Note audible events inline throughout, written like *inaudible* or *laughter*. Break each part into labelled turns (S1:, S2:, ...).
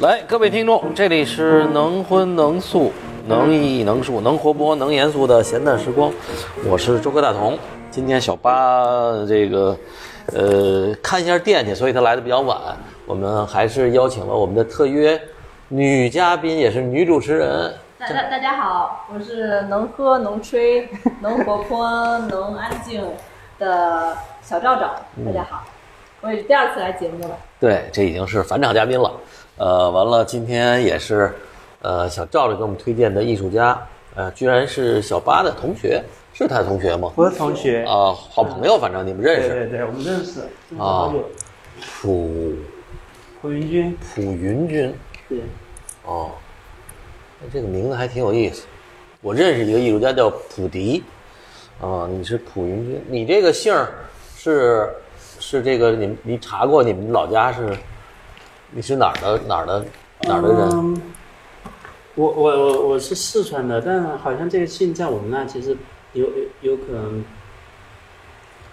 S1: 来，各位听众，这里是能荤能素、能艺能术、能活泼能严肃的闲淡时光，我是周哥大同。今天小八这个，呃，看一下店去，所以他来的比较晚。我们还是邀请了我们的特约女嘉宾，也是女主持人。
S2: 大大大家好，我是能喝能吹能活泼能安静的小赵赵。大家好，我也是第二次来节目了。
S1: 对，这已经是返场嘉宾了。呃，完了，今天也是，呃，小赵赵给我们推荐的艺术家，呃，居然是小八的同学，是他的同学吗？
S3: 我的同学，
S1: 啊，好朋友，反正你们认
S3: 对
S1: 识。
S3: 对对，我们认识，就是
S1: 啊
S3: 好久，
S1: 朴
S3: 胡云军，
S1: 朴云君，
S3: 对，
S1: 哦，哎这个名字还挺有意思。我认识一个艺术家叫普迪，啊、你是普云君，你这个姓儿是是这个你们你查过你们老家是你是哪儿的哪儿的哪儿的人？
S3: 嗯，我我我我是四川的，但好像这个姓在我们那其实有有有可能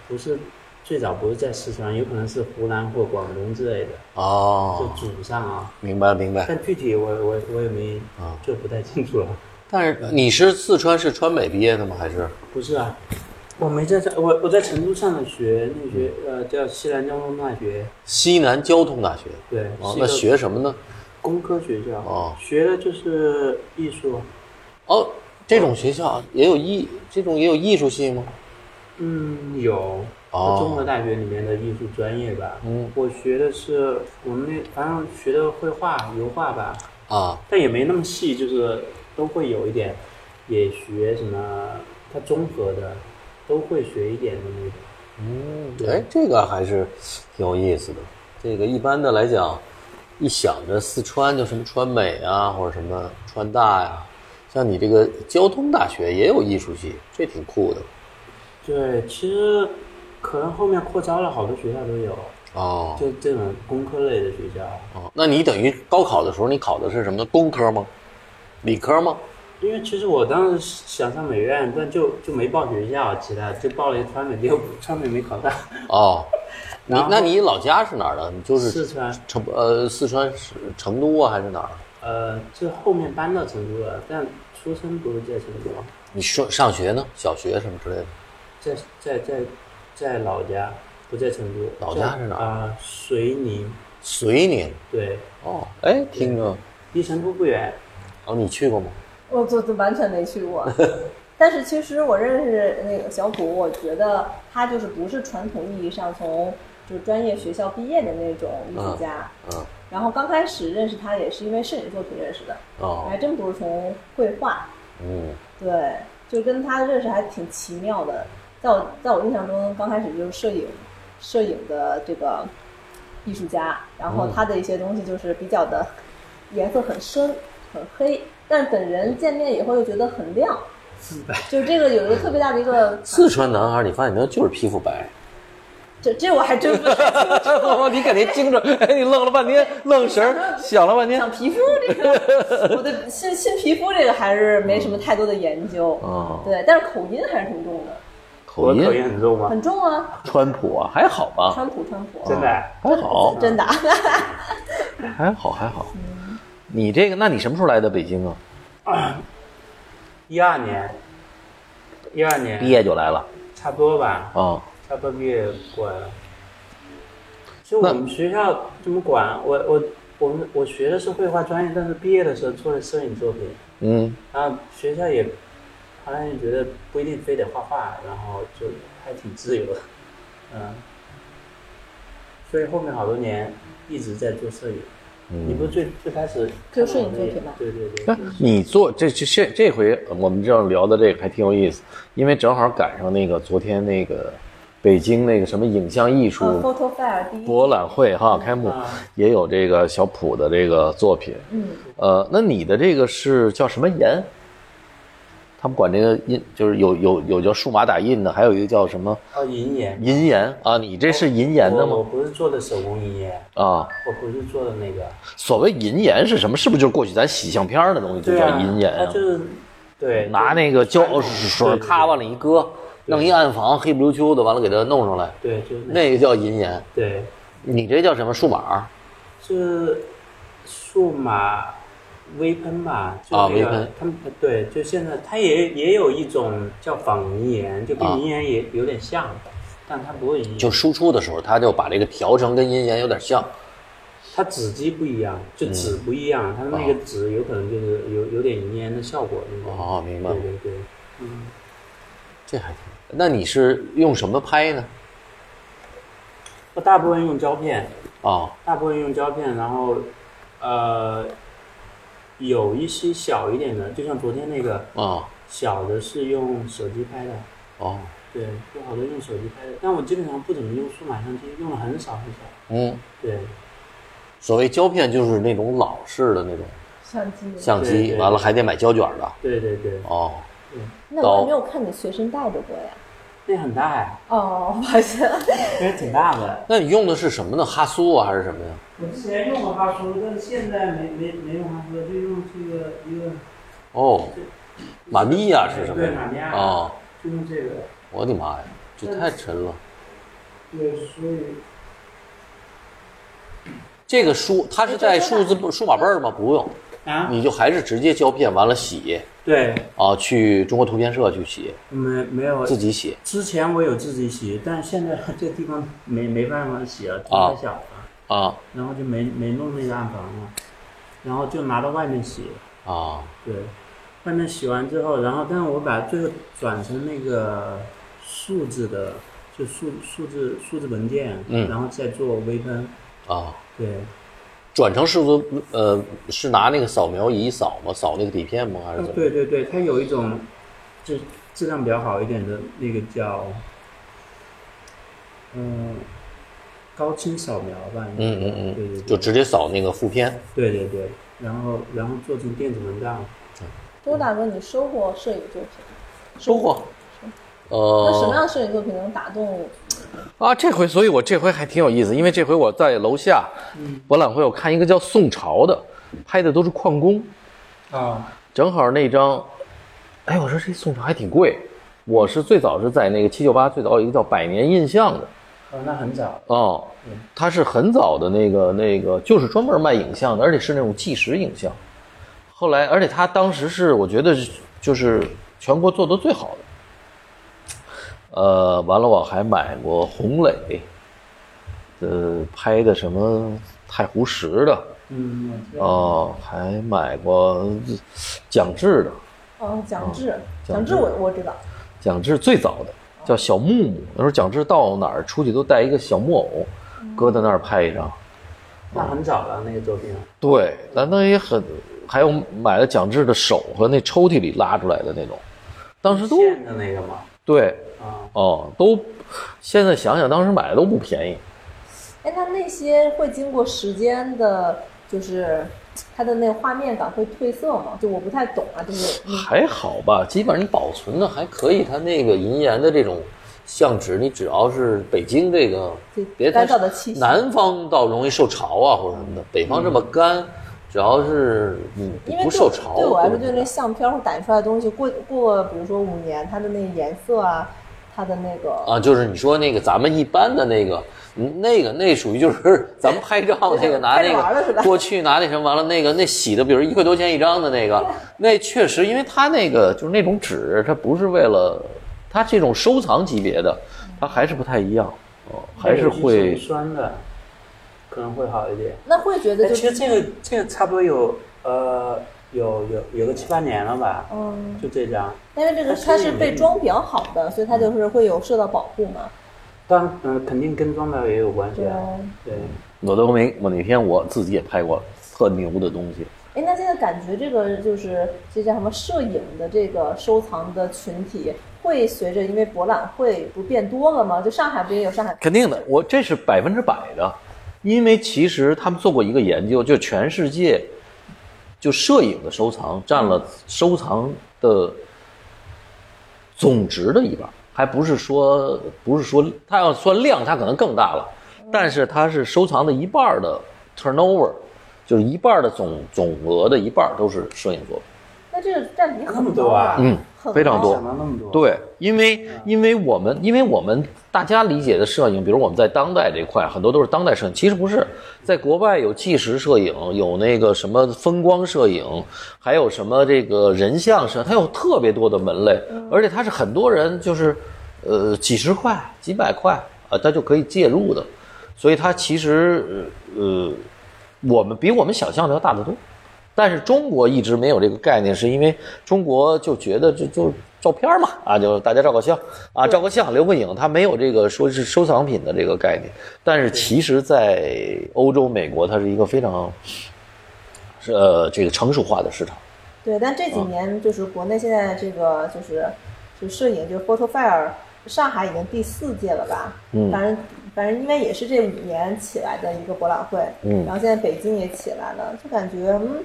S3: 不是最早不是在四川，有可能是湖南或广东之类的，就
S1: 哦，
S3: 祖上啊，
S1: 明白明白。
S3: 但具体我我我也没
S1: 啊
S3: 就不太清楚了。
S1: 但是你是四川是川美毕业的吗？还是
S3: 不是啊，我没在这，我我在成都上的学，那学
S1: 嗯
S3: 呃叫西南交通大学，
S1: 西南交通大学？
S3: 对，
S1: 哦，
S3: 是一
S1: 那
S3: 个
S1: 学什么呢？
S3: 工科学校，
S1: 哦
S3: 学的就是艺术，
S1: 哦，这种学校也有艺，这种也有艺术系吗？
S3: 嗯，有，
S1: 哦
S3: 综合大学里面的艺术专业吧，
S1: 嗯，
S3: 我学的是我们那反正学的绘画、油画吧，
S1: 啊，
S3: 但也没那么细，就是都会有一点，也学什么，它综合的都会学一点的那种。
S1: 嗯，哎，这个还是挺有意思的。这个一般的来讲，一想着四川就什么川美啊，或者什么川大呀、像你这个交通大学也有艺术系，这挺酷的。
S3: 对，其实可能后面扩招了，好多学校都有，
S1: 哦
S3: 就这种工科类的学校。
S1: 哦，那你等于高考的时候，你考的是什么工科吗？理科吗？
S3: 因为其实我当时想上美院，但就就没报学校，其他就报了一川美，结果川美没考上。
S1: 哦，你
S3: *laughs* 然后
S1: 那你老家是哪儿的？你 *laughs* 就是
S3: 四川，
S1: 成呃四川是成都啊，还是哪儿？
S3: 呃，这后面搬到成都了，但出生不是在成都，
S1: 你上上学呢？小学什么之类的？
S3: 在在在在老家，不在成都。
S1: 老家是哪儿
S3: 啊、呃遂宁，
S1: 遂宁。
S3: 对，
S1: 哦，哎，听着，
S3: 离成都不远。
S1: 哦，你去过吗？
S2: 我这这完全没去过，但是其实我认识那个小普，我觉得他就是不是传统意义上从就是专业学校毕业的那种艺术家。
S1: 嗯，
S2: 然后刚开始认识他也是因为摄影作品认识的，我
S1: 哦
S2: 还，真不是从绘画。
S1: 嗯，
S2: 对，就跟他认识还挺奇妙的。在我在我印象中，刚开始就是摄影，摄影的这个艺术家，然后
S1: 嗯
S2: 他的一些东西就是比较的颜色很深、很黑，但本人见面以后又觉得很亮，就这个有一个特别大的一个，
S1: 四川男孩，你发现没有，就是皮肤白。
S2: 这这我还真不太清楚
S1: 哎你肯定惊着，哎，你愣了半天，愣神儿，想了半天
S2: 像皮肤
S1: *laughs*
S2: 这个，我的新新皮肤这个还是没什么太多的研究，
S1: 哦
S2: 对，但是口音还是挺重的，
S1: 口
S3: 我口
S1: 音
S3: 音很重吗？
S2: 很重啊，
S1: 川普啊，还好吧？
S2: 川普川普，
S1: 哦
S3: 真的啊，
S1: 还好，
S2: 真的啊。
S1: 还好，还好。你这个，那你什么时候来的北京啊？
S3: 一二年，一二年
S1: 毕业就来了
S3: 差不多吧，
S1: 啊？
S3: 差不多毕业过来了。其实我们学校怎么管我我我们我学的是绘画专业，但是毕业的时候做了摄影作品。
S1: 嗯，
S3: 然后学校也好像也觉得不一定非得画画，然后就还挺自由的，嗯。所以后面好多年一直在做摄影。
S1: 嗯
S3: 你不是最最开始
S2: 就
S3: 看
S2: 摄影
S3: 我的
S2: 作品吧
S3: 对对对
S1: 那，哎你做这这这这回我们这样聊的这个还挺有意思，因为正好赶上那个昨天那个北京那个什么影像艺术
S2: 呃 Photo Fair 第一，
S1: 博览会哈开幕
S3: 啊
S1: 也有这个小普的这个作品，
S2: 嗯，
S1: 呃，那你的这个是叫什么研？他们管这个印就是有有有叫数码打印的，还有一个叫什么
S3: 哦，银岩。
S1: 银研啊？你这是银研的
S3: 我我
S1: 吗？
S3: 不是做的手工银岩，
S1: 啊，
S3: 我不是做的那个。
S1: 所谓银研是什么？是不是就是过去咱洗相片儿的东西就
S3: 对
S1: 叫
S3: 啊，
S1: 银研
S3: 它就是对
S1: 拿
S3: 就
S1: 那个
S3: 传
S1: 胶
S3: 统
S1: 水
S3: 对对
S1: 咔往里一搁，弄一暗房黑不溜秋的，完了给它弄上来，
S3: 对，就是那
S1: 那个叫银研。
S3: 对，
S1: 你这叫什么数码？
S3: 是数数码微喷嘛，就
S1: 啊
S3: 那
S1: 微
S3: 个、
S1: 喷
S3: 他们对，就现在它也也有一种叫仿泥岩，就跟
S1: 啊
S3: 泥岩也有点像，但它不会泥岩，
S1: 就输出的时候，它就把这个调成跟阴岩有点像。
S3: 它纸基不一样，
S1: 嗯
S3: 就纸不一样，它那个纸有可能就是有有点泥岩的效果。那种
S1: 哦，明白了
S3: 对，对对，
S1: 这还挺。那你是用什么拍呢？
S3: 我大部分用胶片，
S1: 哦，
S3: 大部分用胶片，然后呃，有一些小一点的，就像昨天那个
S1: 哦，
S3: 小的是用手机拍的，
S1: 哦，
S3: 对，有好多用手机拍的，但我基本上不怎么用数码相机，用的很少很少。
S1: 嗯，
S3: 对，
S1: 所谓胶片就是那种老式的那种
S2: 相机。
S1: 相机，
S3: 对对
S1: 完了还得买胶卷的。
S3: 对对对，
S1: 哦，
S2: 那我也没有看你随身带着过呀。
S3: 那很大呀，
S2: 哦，好像
S3: 那挺大的。
S1: 那你用的是什么呢？哈苏啊，还是什么呀？
S4: 我之前用过哈苏，但是现在没没没用哈苏，就用这个一个
S1: 哦，玛米亚是什么
S3: 对，
S1: 呀？
S3: 马啊尼亚，
S1: 哦，
S3: 就用这个。
S1: 我的妈呀，这太沉了。
S4: 对，所以
S1: 这个书它
S3: 哎
S1: 是带数字数码背儿吗？不用，
S3: 啊，
S1: 你就还是直接胶片完了洗
S3: 对，
S1: 啊，去中国图片社去洗，
S3: 没没有。
S1: 自己洗。
S3: 之前我有自己洗，但现在 *laughs* 这地方没没办法洗了，
S1: 啊
S3: 太小了，
S1: 啊
S3: 然后就没没弄那个暗房了，然后就拿到外面洗。
S1: 啊
S3: 对，外面洗完之后，然后但是我把最后转成那个数字的，就数数字数字文件，
S1: 嗯
S3: 然后再做微喷，
S1: 啊！
S3: 对，
S1: 转成数字呃，是拿那个扫描仪扫吗？扫那个底片吗？还是
S3: 啊
S1: 怎么？
S3: 对对对，它有一种就质量比较好一点的那个叫，嗯、高清扫描吧，应该
S1: 嗯嗯
S3: 对对
S1: 嗯，就
S3: 对，
S1: 直接扫那个副片。
S3: 对对对，然后然后做成电子文档，
S2: 周大哥，你收过摄影作品？
S1: 收获。
S2: 那什么
S1: 呃
S2: 样的摄影作品能打动？
S5: 啊，这回，所以我这回还挺有意思，因为这回我在楼下博览会，我看一个叫宋朝的，拍的都是矿工，
S3: 啊，
S5: 正好那张，哎，我说这宋朝还挺贵，我是最早是在那个七九八最早有一个叫百年印象的，
S3: 哦，那很早，
S5: 哦，它是很早的那个那个，就是专门卖影像的，而且是那种纪实影像。后来，而且他当时是我觉得是就是全国做的最好的。呃，完了我还买过洪磊，呃，拍的什么太湖石的，
S3: 嗯，我知道
S5: 哦、还买过蒋志的，
S2: 哦，蒋志，
S5: 蒋
S2: 蒋
S5: 志
S2: 志我我知道，
S5: 蒋志最早的叫小木木，那时候蒋志到哪儿出去都带一个小木偶，搁在那儿拍一张。
S3: 那很早了那个作品啊，
S5: 对，咱那也很，还有买了蒋志的手和那抽屉里拉出来的那种，当时都
S3: 线的那个嘛，
S5: 对
S3: 啊，
S5: 哦，都现在想想当时买的都不便宜。
S2: 哎，那那些会经过时间的，就是它的那个画面感会褪色吗？就我不太懂啊，就是你
S5: 还好吧，
S1: 基本上你保存的还可以，它那个银盐的这种相纸，你只要是北京这个
S2: 就，
S1: 别
S2: 干燥的气息
S1: 南方倒容易受潮啊或者什么的，北方这么干，只要是你
S2: 嗯因为
S1: 不
S2: 对
S1: 受潮，
S2: 对我来说，就是
S1: 对
S2: 那相片或打印出来的东西，过过比如说五年，它的那个颜色啊，它的那个
S1: 啊，就是你说那个咱们一般的那个，嗯那个那属于就是 *laughs* 咱们拍照那个拿
S2: 拍着玩儿的
S1: 那
S2: 是
S1: 个
S2: 吧
S1: 过去拿那什么完了那个那洗的，比如一块多钱一张的那个，那确实因为它那个就是那种纸，它不是为了它这种收藏级别的，它还是不太一样，哦，还是
S3: 有一
S1: 会
S3: 些酸的，可能会好一点。
S2: 那会觉得
S3: 哎，
S2: 就
S3: 其实
S2: 是
S3: 这个这个差不多有呃有有有个七八年了吧，
S2: 嗯，
S3: 就这张。
S2: 因为这个它是被装裱好的，所以
S3: 嗯
S2: 它就是会有受到保护嘛。
S3: 当然，呃，肯定跟装裱也有关系
S2: 对
S3: 啊。
S2: 啊。
S3: 对，
S5: 我都没，我那天我自己也拍过特牛的东西。
S2: 哎，那现在感觉这个就是这叫什么摄影的这个收藏的群体，会随着因为博览会不变多了吗？就上海不也有上海？
S5: 肯定的，我这是百分之百的，因为其实他们做过一个研究，就全世界就摄影的收藏占了收藏的总值的一半，还不是说不是说它要算量，它可能更大了，但是它是收藏的一半的 turnover，就是一半的总总额的一半都是摄影作品。
S2: 那这个占比
S3: 那
S2: 很
S3: 么多啊
S2: 高
S5: 嗯，
S2: 很
S5: 非常
S2: 高
S5: 多
S3: 想到那么多，，
S1: 啊
S5: 对，因为因为我们因为我们大家理解的摄影，比如我们在当代这块，很多都是当代摄影，其实不是。在国外有纪实摄影，有那个什么风光摄影，还有什么这个人像摄影，它有特别多的门类，而且它是很多人就是呃几十块、几百块呃，它就可以介入的，所以它其实呃呃我们比我们想象的要大得多。但是中国一直没有这个概念，是因为中国就觉得就就照片嘛，啊，就大家照个相啊，照个相留个影，它没有这个说是收藏品的这个概念。但是其实，在欧洲、美国，它是一个非常是呃这个成熟化的市场。
S2: 对，但这几
S5: 嗯
S2: 年就是国内现在这个就是就摄影就是 photo fire，上海已经第四届了吧？
S5: 嗯
S2: 反正反正应该也是这五年起来的一个博览会，
S5: 嗯
S2: 然后现在北京也起来了，就感觉嗯。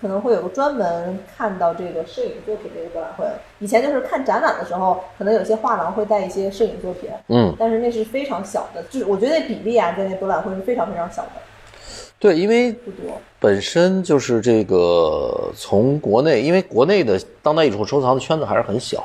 S2: 可能会有个专门看到这个摄影作品的一个博览会。以前就是看展览的时候，可能有些画廊会带一些摄影作品，
S5: 嗯，
S2: 但是那是非常小的，就是我觉得比例啊，在那博览会是非常非常小的，
S5: 对，因为
S2: 不多。
S5: 本身就是这个从国内，因为国内的当代艺术收藏的圈子还是很小，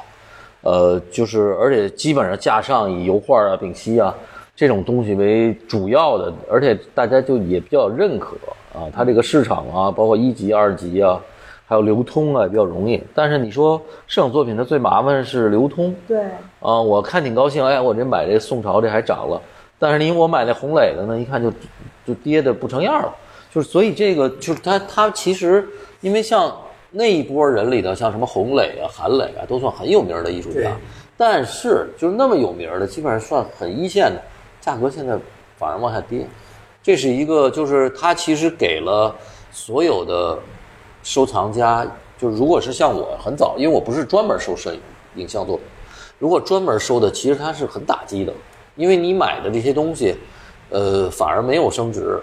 S5: 呃，就是而且基本上架上以油画啊、丙烯啊这种东西为主要的，而且大家就也比较认可啊，它这个市场啊，包括一级、二级啊，还有流通啊也比较容易。但是你说摄影作品它最麻烦是流通，
S2: 对，
S5: 啊，我看挺高兴，哎，我这买这宋朝这还涨了，但是因为我买那红磊的呢，一看就就跌的不成样了，就是所以这个就是它它其实因为像那一波人里头，像什么红磊啊、韩磊啊，都算很有名的艺术
S3: 对
S5: 家，但是就是那么有名的，基本上算很一线的，价格现在反而往下跌，这是一个就是它其实给了所有的收藏家，就是如果是像我很早，因为我不是专门收摄影影像作品，如果专门收的，其实它是很打击的，因为你买的这些东西，呃，反而没有升值，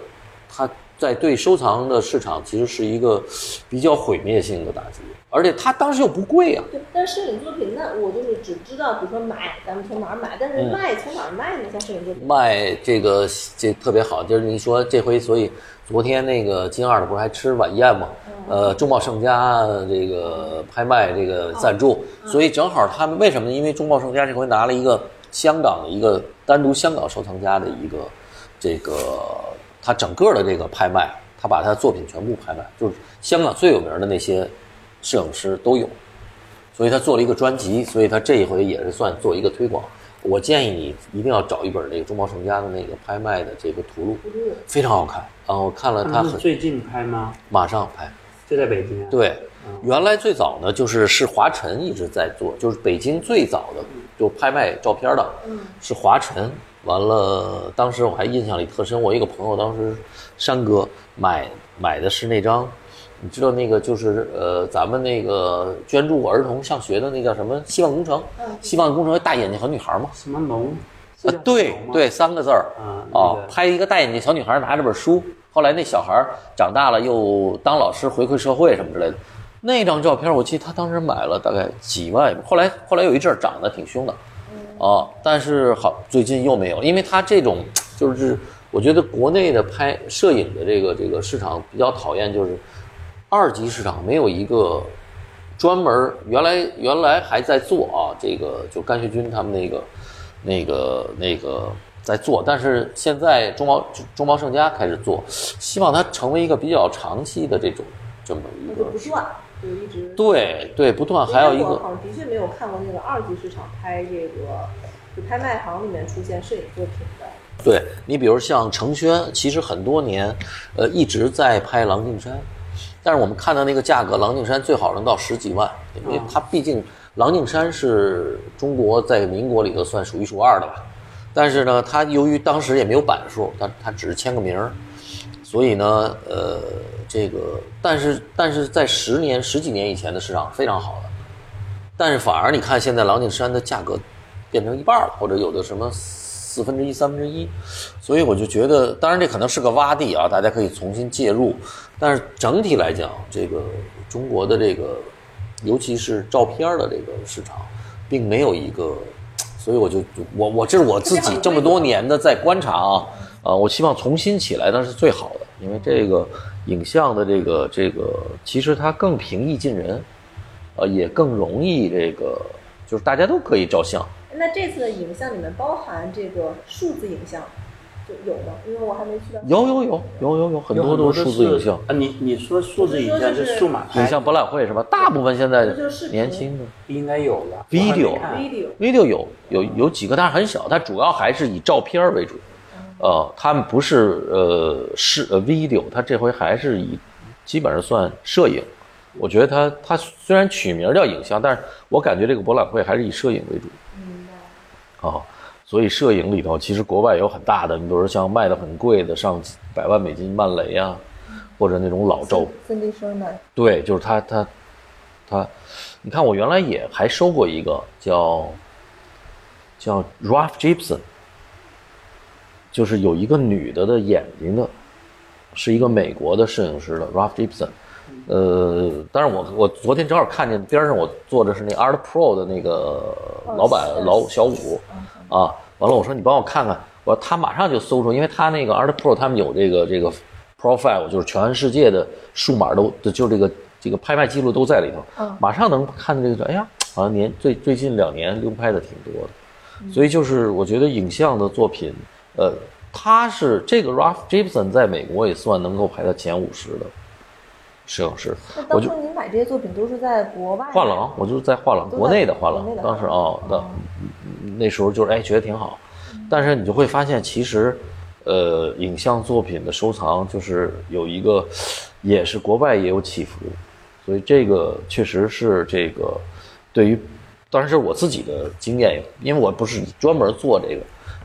S5: 它在对收藏的市场其实是一个比较毁灭性的打击，而且它当时又不贵啊，
S2: 对，但摄影作品，那我就是只知道，比如说买，咱们从哪儿买，但是卖、从哪儿卖呢？像摄影作品，
S1: 卖这个这特别好，就是您说这回，所以昨天那个金二的不是还吃晚宴嘛？呃，中报盛家这个拍卖这个赞助，所以正好他们为什么呢？因为中报盛家这回拿了一个香港的一个单独香港收藏家的一个这个他整个的这个拍卖，他把他的作品全部拍卖，就是香港最有名的那些摄影师都有。所以他做了一个专辑，所以他这一回也是算做一个推广。我建议你一定要找一本那个中茂盛家的那个拍卖的这个图录，非常好看啊！我看了
S3: 他
S1: 他
S3: 们是
S1: 很
S3: 最近拍吗？
S1: 马上拍。
S3: 就在北京啊。，
S1: 对，原来最早呢就是是华晨一直在做，就是北京最早的就拍卖照片的，是华晨。完了，当时我还印象里特深，我一个朋友当时山哥买买的是那张，你知道那个就是呃咱们那个捐助儿童上学的那叫什么希望工程，希望工程大眼睛小女孩嘛，
S3: 什么萌？
S1: 啊，对对，三个字儿
S3: 啊
S1: 哦
S3: 那个，
S1: 拍一个大眼睛小女孩拿着本书，后来那小孩长大了又当老师回馈社会什么之类的。那张照片我记得他当时买了大概几万，后来后来有一阵儿涨得挺凶的，哦，但是好最近又没有，因为他这种就是我觉得国内的拍摄影的这个这个市场比较讨厌，就是二级市场没有一个专门儿原来原来还在做啊，这个就甘学军他们那个那个那个在做，但是现在中毛中毛盛家开始做，希望它成为一个比较长期的这种这么一
S2: 那
S1: 个
S2: 就不断，就一直。
S1: 对对不断，
S2: 因为
S1: 还有一
S2: 我
S1: 个
S2: 好像的确没有看过那个二级市场拍这个，就拍卖行里面出现摄影作品的。
S1: 对你比如像程轩，其实很多年呃一直在拍《狼镜山》，但是我们看到那个价格，《狼镜山》最好能到十几万，因为它毕竟《狼镜山》是中国在民国里头算数一数二的吧。但是呢，它由于当时也没有版数，它它只是签个名儿，所以呢，呃，这个但是但是在十年十几年以前的市场非常好的，但是反而你看现在狼颈山的价格变成一半了，或者有的什么四分之一、三分之一，所以我就觉得，当然这可能是个洼地啊，大家可以重新介入，但是整体来讲，这个中国的这个，尤其是照片儿的这个市场，并没有一个，所以我就我我这是我自己这么多年的在观察啊，啊，我希望重新起来，那是最好的，因为这个影像的这个这个，其实它更平易近人。呃，也更容易这个，就是大家都可以照相。
S2: 那这次的影像里面包含这个数字影像，就有吗？因为我还没去到。
S1: 有有有有有有，很
S3: 有
S1: 多都
S3: 很多
S1: 是数字影像，
S3: 啊！你你说数字影
S2: 我
S3: 像
S2: 是说就是
S3: 数码拍
S1: 影像博览会是吧？大部分现在
S2: 就是视频
S1: 年轻的
S3: 应该有吧
S1: Video
S3: 我还没看
S2: video
S1: video 有有有几个，但是很小，它主要还是以照片儿为主。
S2: 嗯
S1: 呃，他们不是呃是呃 video，它这回还是以基本上算摄影。我觉得它它虽然取名叫影像，但是我感觉这个博览会还是以摄影为主。
S2: 明白。
S1: 啊，所以摄影里头其实国外有很大的，你比如说像卖的很贵的，上百万美金曼雷啊，或者那种老照，
S2: 森迪生的，
S1: 对，就是他他他，你看我原来也还收过一个叫叫 Ralph Gibson，就是有一个女的的眼睛的，是一个美国的摄影师的 Ralph Gibson。呃，但是我我昨天正好看见边上我坐的是那 Art Pro 的那个老板
S2: 哦是
S1: 老小五，啊，完了我说你帮我看看，我说他马上就搜出，因为他那个 Art Pro 他们有这个这个 profile，就是全世界的数码都就是这个这个拍卖记录都在里头，
S2: 嗯
S1: 马上能看到这个，哎呀，好像年最最近两年流拍的挺多的。所以就是我觉得影像的作品，呃，他是这个 Ralph Gibson 在美国也算能够排到前五十的摄影师。
S2: 那
S1: 我
S2: 当
S1: 就
S2: 初你买这些作品都是在国外
S1: 画廊，我就是在画廊，
S2: 都在
S1: 国内的画廊
S2: 国内，的画
S1: 当
S2: 廊
S1: 时哦，那、那时候就是哎觉得挺好，但是你就会发现其实。呃，影像作品的收藏就是有一个，也是国外也有起伏，所以这个确实是这个对于，当然是我自己的经验，因为我不是专门做这个，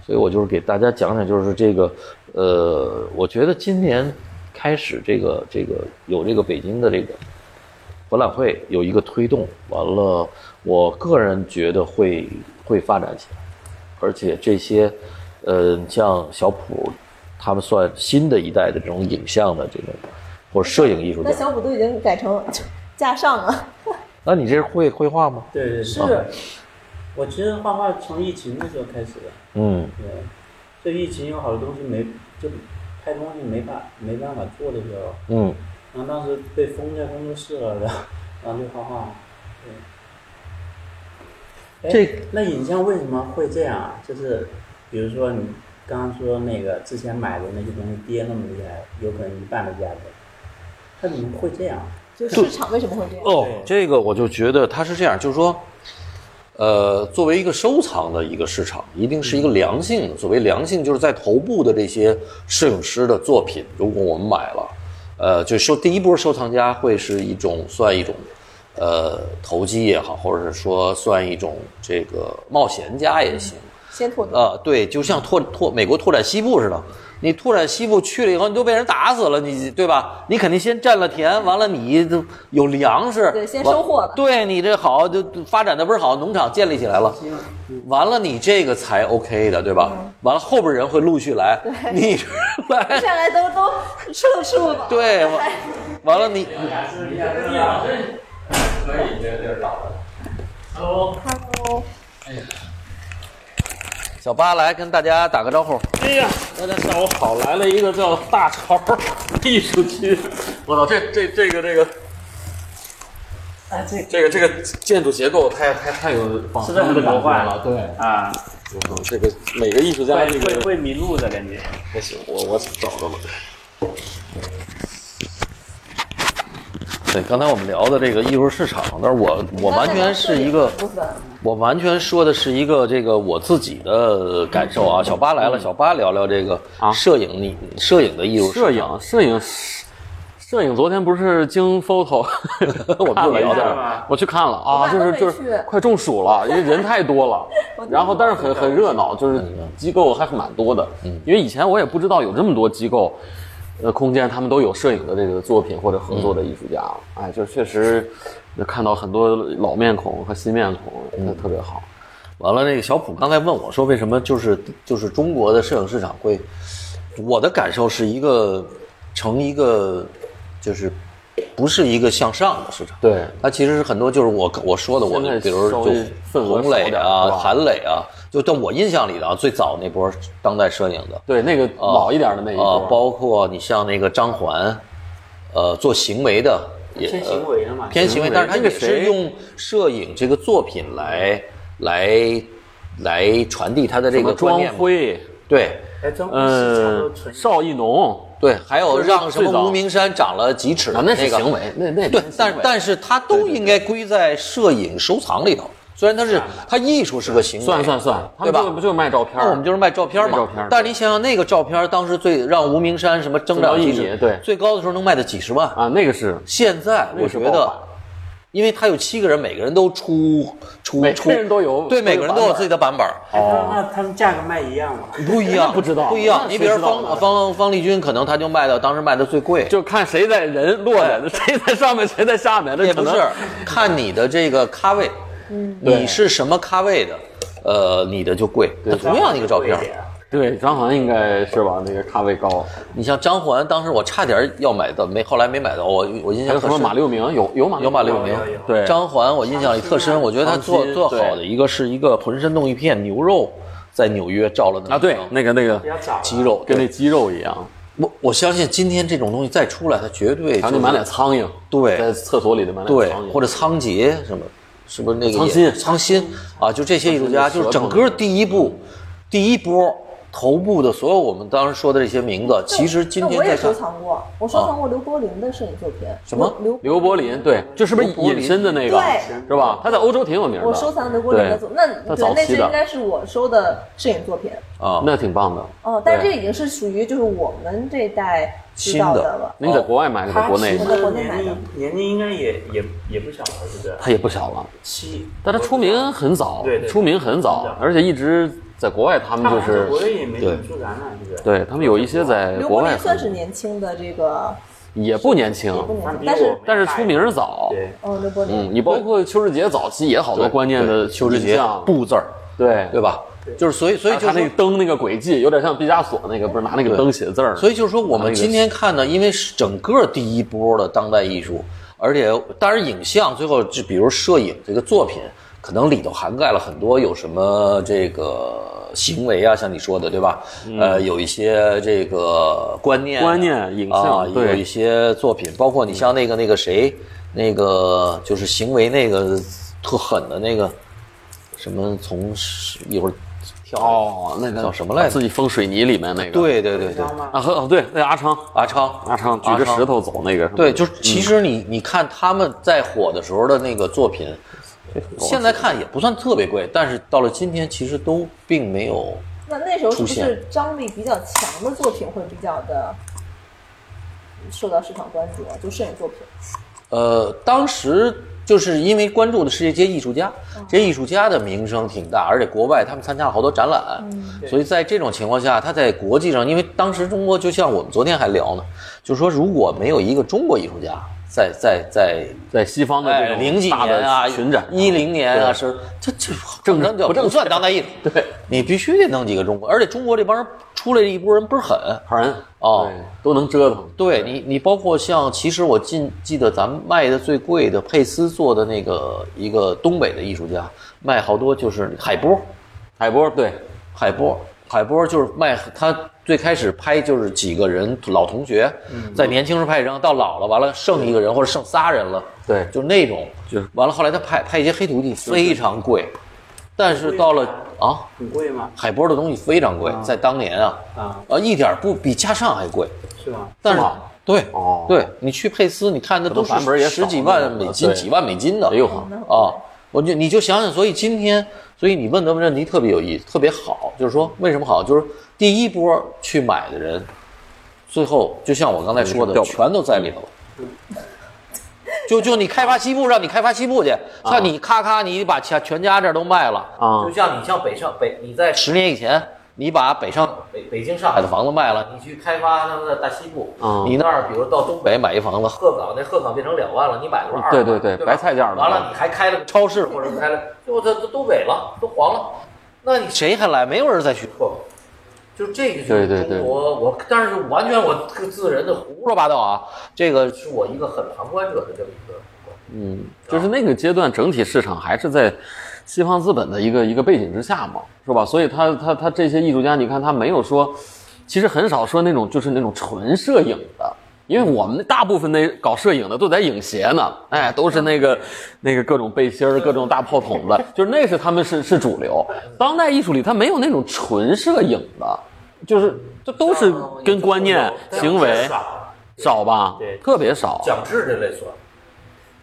S1: 所以我就是给大家讲讲，就是这个，呃，我觉得今年开始这个这个有这个北京的这个博览会有一个推动，完了，我个人觉得会会发展起来，而且这些，呃，像小普他们算新的一代的这种影像的这种或者摄影艺术家
S2: 那，小虎都已经改成架上了，
S1: 那你这是会绘画吗？
S3: 对对
S2: 是
S3: 对，我其实画画从疫情那时候开始的，
S1: 嗯
S3: 对，这疫情有好多东西没就拍东西没法没办法做的时候，
S1: 嗯，
S3: 然后当时被封在工作室了，然后然后就画画，对。哎
S1: 这
S3: 那影像为什么会这样啊？就是比如说你刚刚说那个之前买的那些东西跌那么厉害，有可能一半的价格，它怎么会这样？啊
S2: 就市场为什么会这样？
S1: 哦
S3: 对，
S6: 这个我就觉得它是这样，就是说，呃，作为一个收藏的一个市场，一定是一个良性的。所谓良性，就是在头部的这些摄影师的作品，如果我们买了，呃，就收第一波收藏家会是一种算一种，呃，投机也好，或者是说算一种这个冒险家也行。
S2: 先拓展。
S6: 啊，对，就像拓拓美国拓展西部似的，你拓展西部去了以后，你都被人打死了，你对吧？你肯定先占了田，完了你都有粮食，
S2: 对先
S6: 完
S2: 收获吧
S6: 对你这好，就就发展的倍儿好，农场建立起来了，嗯完了你这个才 OK 的，对吧？
S2: 嗯
S6: 完了后边人会陆续来，你这儿来
S2: 下来都都吃不吃不饱，
S6: *laughs* 对，完完了你
S2: 看哦，
S6: 小八来跟大家打个招呼，
S3: 哎呀，大家下午好，来了一个叫大潮艺术区，
S6: 我操，这这这个这个。哎，这这个这个建筑结构太太太有仿
S3: 是不是很魔幻
S6: 了？对，
S3: 啊，
S6: 这个每个艺术家这
S3: 会会
S6: 个
S3: 会迷路的感觉。
S6: 还行，我我找着了。对，刚才我们聊的这个艺术市场，但是我我完全是一个，
S2: 部分，
S6: 我完全说的是一个这个我自己的感受啊。小八来了，小八聊聊这个
S7: 啊
S6: 摄影，你摄影的艺术市场
S7: 摄影，摄影，摄影，昨天不是经
S6: *laughs*
S7: photo，
S6: 我们
S7: 看
S6: 就
S7: 了一
S6: 聊
S7: 下
S6: 到这
S3: 儿
S7: 我去看了啊，
S2: 我
S7: 就
S2: 晚上
S7: 是
S2: 没
S7: 就是
S2: 去
S7: 快中暑了，因为人太多了
S2: *laughs* 我。
S7: 然后但是很很热闹，就是机构还蛮多的，
S6: 嗯
S7: 因为以前我也不知道有这么多机构，呃，空间他们都有摄影的这个作品或者合作的艺术家，哎，就是确实看到很多老面孔和新面
S6: 嗯
S7: 孔，那特别好。
S6: 完了，那个小普刚才问我说，为什么就是就是中国的摄影市场会，我的感受是一个成一个就是不是一个向上的市场。
S7: 对
S6: 它其实是很多就是我我说的，我
S7: 现在
S6: 比如
S7: 稍
S6: 就
S7: 微氛围
S6: 洪
S7: 好
S6: 磊
S7: 点
S6: 啊
S7: 是、吧
S6: 韩磊啊，就但我印象里的啊，最早那波当代摄影的，
S7: 对，那个
S6: 啊
S7: 老一点的那一
S6: 啊
S7: 波，
S6: 包括你像那个张环，呃，做行为的，
S1: 也
S3: 偏行为了嘛，
S1: 偏行为，但是他
S7: 那个
S1: 也是
S7: 谁
S1: 用摄影这个作品来来来传递他的这
S7: 什么
S1: 个观
S7: 庄
S1: 念嘛。
S7: 辉，
S1: 对
S3: 哎，中国市场
S7: 呃
S3: 都，存
S7: 邵艺农，
S1: 对，还有
S7: 就是
S1: 让什
S7: 最
S1: 么
S7: 早
S1: 无名山长了几尺的
S7: 啊
S1: 那
S7: 那
S1: 个
S7: 是行为那那
S1: 对
S7: 真是，
S1: 但
S7: 行为
S1: 但是他都应该归在摄影收藏里头。虽然他是他艺术是个行为，
S7: 算算算，他
S1: 对
S7: 们
S1: 吧
S7: 就不就是卖照片儿？
S1: 那我们就是卖照片嘛。
S7: 卖照片
S1: 但是你想想，那个照片当时最让无名山什么增长
S7: 增高一
S1: 几尺
S7: 米对
S1: 最高的时候能卖到几十万。
S7: 啊，那个是
S1: 现在
S7: 那
S1: 我
S7: 个是
S1: 觉
S7: 爆
S1: 得
S7: 款，
S1: 因为他有七个人，每个人都出出
S7: 每
S1: 出，
S7: 个人都有
S1: 对，
S7: 都有
S1: 每个人都有自己的版本儿，
S3: 哎那那他们价格卖一样吗？
S1: 不一样，
S7: 不知道
S1: 不一样。
S7: 那
S1: 你比
S7: 谁
S1: 如
S7: 知道
S1: 方
S7: 呢
S1: 方方丽君，可能他就卖到当时卖的最贵，
S7: 就看谁在人落在 *laughs* 谁在上面，谁在下面，这
S1: 哎也
S7: 可
S1: 不
S7: 能
S1: 是看你的这个咖位，你是什么咖位的，呃，你的就贵。它同
S3: 啊
S1: 样一个照片儿，
S7: 对张涵应该是吧？那个咖位高，
S1: 你像张环，当时我差点要买到，没后来没买到，我我印象
S7: 还有什
S1: 特
S7: 么
S1: 深。
S7: 马六明有有马
S1: 有马六
S7: 明
S1: 明
S3: 有有有，
S7: 对
S1: 张环，我印象里特深，我觉得他做
S7: 长期
S1: 做好的一个是一个浑身弄一片牛肉，在纽约照了那个
S7: 啊对那个那个
S3: 比较早了啊
S1: 肌肉，
S7: 跟
S1: 对
S7: 那肌肉一样，
S1: 我我相信今天这种东西再出来，它绝对
S7: 然
S1: 就
S7: 后
S1: 是
S7: 你买点苍蝇，
S1: 对
S7: 在厕所里的买点
S1: 对
S7: 苍蝇，
S1: 或者仓颉什么，是不是那个
S7: 苍
S1: 也
S7: 心
S1: 苍心啊？就这些艺术家，
S7: 苍心
S1: 就是
S7: 的
S1: 整
S7: 舌头
S1: 个第一步，第一波头部的所有我们当时说的这些名字，其实今
S2: 那
S1: 天
S2: 我也
S1: 在
S2: 收
S1: 看。
S2: 藏过，我收藏过刘柏林的摄影作品。
S1: 什么
S2: 刘
S7: 刘柏林，对，这是不是
S1: 刘柏林
S7: 隐身的那个啊
S2: 对
S7: 是吧？他在欧洲挺有名的，
S2: 我收藏刘柏林的作，那
S7: 他
S2: 对
S7: 早，
S2: 那
S7: 期
S2: 是
S7: 的
S2: 应该是我收的摄影作品。
S1: 啊，
S7: 那挺棒的。
S2: 哦，但是
S7: 对
S2: 这已经是属于就是我们这一代知道
S1: 新的
S2: 了。
S7: 那你在国外买，还是在
S3: 他
S7: 国
S3: 其
S7: 内买
S2: 我在
S3: 实
S2: 国内
S3: 年
S2: 买的
S3: 龄年龄应该也也也不小了，对不对？
S7: 他也不小了，
S3: 七，
S7: 但他出名很早，
S3: 对对
S7: 出名很早，而且一直在国外，他们
S3: 他好
S7: 就
S3: 像在
S7: 是
S3: 国内也没怎么啊出展览，对不对？
S7: 对他们有一些在
S2: 刘
S7: 国
S2: 柏
S7: 外
S2: 林
S7: 很
S2: 算是年轻的这个，
S7: 也不年轻，
S2: 不年
S3: 他
S2: 轻，
S3: 比
S2: 但
S3: 我
S2: 是
S3: 们
S7: 但是出名儿早。
S3: 对，
S2: 哦，刘柏
S7: 嗯，
S2: 林，
S7: 你包括邱志杰早期也好多关键的
S1: 对邱志
S7: 影
S1: 杰
S7: 像
S1: 布字儿，
S7: 对
S1: 对吧？就是所以所以就
S7: 他
S1: 是
S7: 那
S1: 说
S7: 个灯那个轨迹有点像毕加索那个，不是拿那个灯写字儿，
S1: 所
S7: 以
S1: 以就是说，我们今天看的，因为是整个第一波的当代艺术，而且当然影像最后就比如摄影这个作品，可能里头涵盖了很多有什么这个行为啊，像你说的对吧？呃，有一些这个观念啊、
S7: 嗯观念影像
S1: 啊，有
S7: 对
S1: 一些作品，包括你像那个那个谁，那个就是行为那个特狠的那个什么从一会儿跳下来
S7: 哦，那个
S1: 叫什么来着
S7: 自己封水泥里面那个，
S1: 对对对对，
S7: 啊，和哦对，那个阿昌，
S1: 阿昌
S7: 阿昌举着石头走那个，
S1: 对，就是其实你、你看他们在火的时候的那个作品，现在看也不算特别贵，但是到了今天其实都并没有。
S2: 那那时候是
S1: 出
S2: 不
S1: 现
S2: 是张力比较强的作品会比较的受到市场关注啊？就摄影作品，
S1: 呃，当时就是因为关注的是这些艺术家，这些艺术家的名声挺大，而且国外他们参加了好多展览，所以在这种情况下，他在国际上，因为当时中国就像我们昨天还聊呢，就说如果没有一个中国艺术家在在在
S7: 在西方的这
S1: 哎，
S7: 种
S1: 零几
S7: 大的
S1: 年啊，
S7: 巡展，
S1: 一零年啊，
S7: 对
S1: 是这这正常叫不正算当代艺 *laughs* 术。
S7: 对，
S1: 你必须得弄几个中国，而且中国这帮人出来这一波人倍儿狠。
S7: 好人
S1: 哦，
S7: 对都能折腾，
S1: 对你，你包括像，其实我记记得咱们卖的最贵的佩斯做的那个一个东北的艺术家，卖好多就是海波，
S7: 海波对，
S1: 海波，海波就是卖他最开始拍就是几个人老同学，在年轻时候拍一张，到老了完了剩一个人或者剩仨人了，
S7: 对
S1: 就那种，
S7: 就是
S1: 完了后来他拍拍一些黑土地非常贵，但是到了啊
S3: 很贵吗？
S1: 海波的东西非常贵，在当年啊
S3: 啊，
S1: 啊一点儿不比加上还贵，
S3: 是吗？
S1: 但是
S7: 是吗
S1: 对
S7: 哦
S1: 对，你去佩斯你看那都
S7: 可能版本
S1: 是
S7: 也
S1: 十
S7: 少
S1: 几万
S7: 那
S1: 美
S7: 个
S1: 金
S7: 对
S1: 几万美金的，
S7: 哎呦呵，
S1: 啊，我就你就想想，所以今天，所以你问的问题特别有意思，特别好，就是说为什么好，就是第一波去买的人，最后就像我刚才说的，
S7: 掉不
S1: 全都在里头。就就你开发西部，让你开发西部去，像你咔咔，你把全全家这儿都卖了
S7: 啊
S1: 就像你像北上北，你在十年以前，你把北上北北京上海的房子卖了，你去开发他们的大西部，
S7: 啊
S1: 你那儿比如到东北买一房子，鹤岗那鹤岗变成两万了，你买多少？
S7: 对对对
S1: 吧
S7: 白菜价儿的啊
S1: 完了，你还开了个超市，或者开了，就这都东北了，都黄了，那你谁还来？没有人再去鹤岗。就是这个，就是
S7: 对对对
S1: 中国，我但是完全我个自人的胡说八道啊，这个是我一个很旁观者的这么一个
S7: 就是那个阶段，整体市场还是在西方资本的一个一个背景之下嘛，是吧？所以他他他这些艺术家，你看他没有说，其实很少说那种就是那种纯摄影的，因为我们大部分那搞摄影的都在影协呢，哎，都是那个那个各种背心儿、各种大炮筒子，就是那是他们是是主流。当代艺术里它没有那种纯摄影的，就是这都是跟观念、行为
S8: 少
S7: 少吧，
S3: 对
S7: 特别少。
S8: 讲制这类算，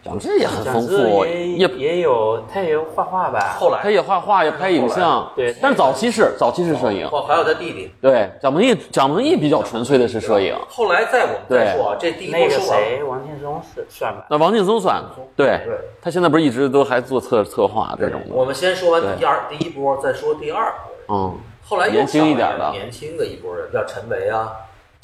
S7: 讲这也很丰
S3: 讲
S7: 富，
S3: 师也
S7: 也
S3: 也有，他也有画画吧，
S8: 后来
S7: 他也画画，也拍影像，
S3: 对
S7: 但早期是早期是摄影，
S8: 哦，还有他弟弟。
S7: 对。蒋鹏毅，蒋鹏毅比较纯粹的是摄影，
S8: 后来在我们再说啊，这第一
S3: 那
S8: 波
S3: 个
S8: 说完，
S3: 谁，王劲松是算吧，
S7: 那王劲松算对
S8: 对，
S7: 他现在不是一直都还做策策划这种的，
S8: 我们先说完第二第一波，再说第二波。
S7: 嗯，
S8: 后来又
S7: 年轻一点的
S8: 上来年轻的一波人，像陈维啊，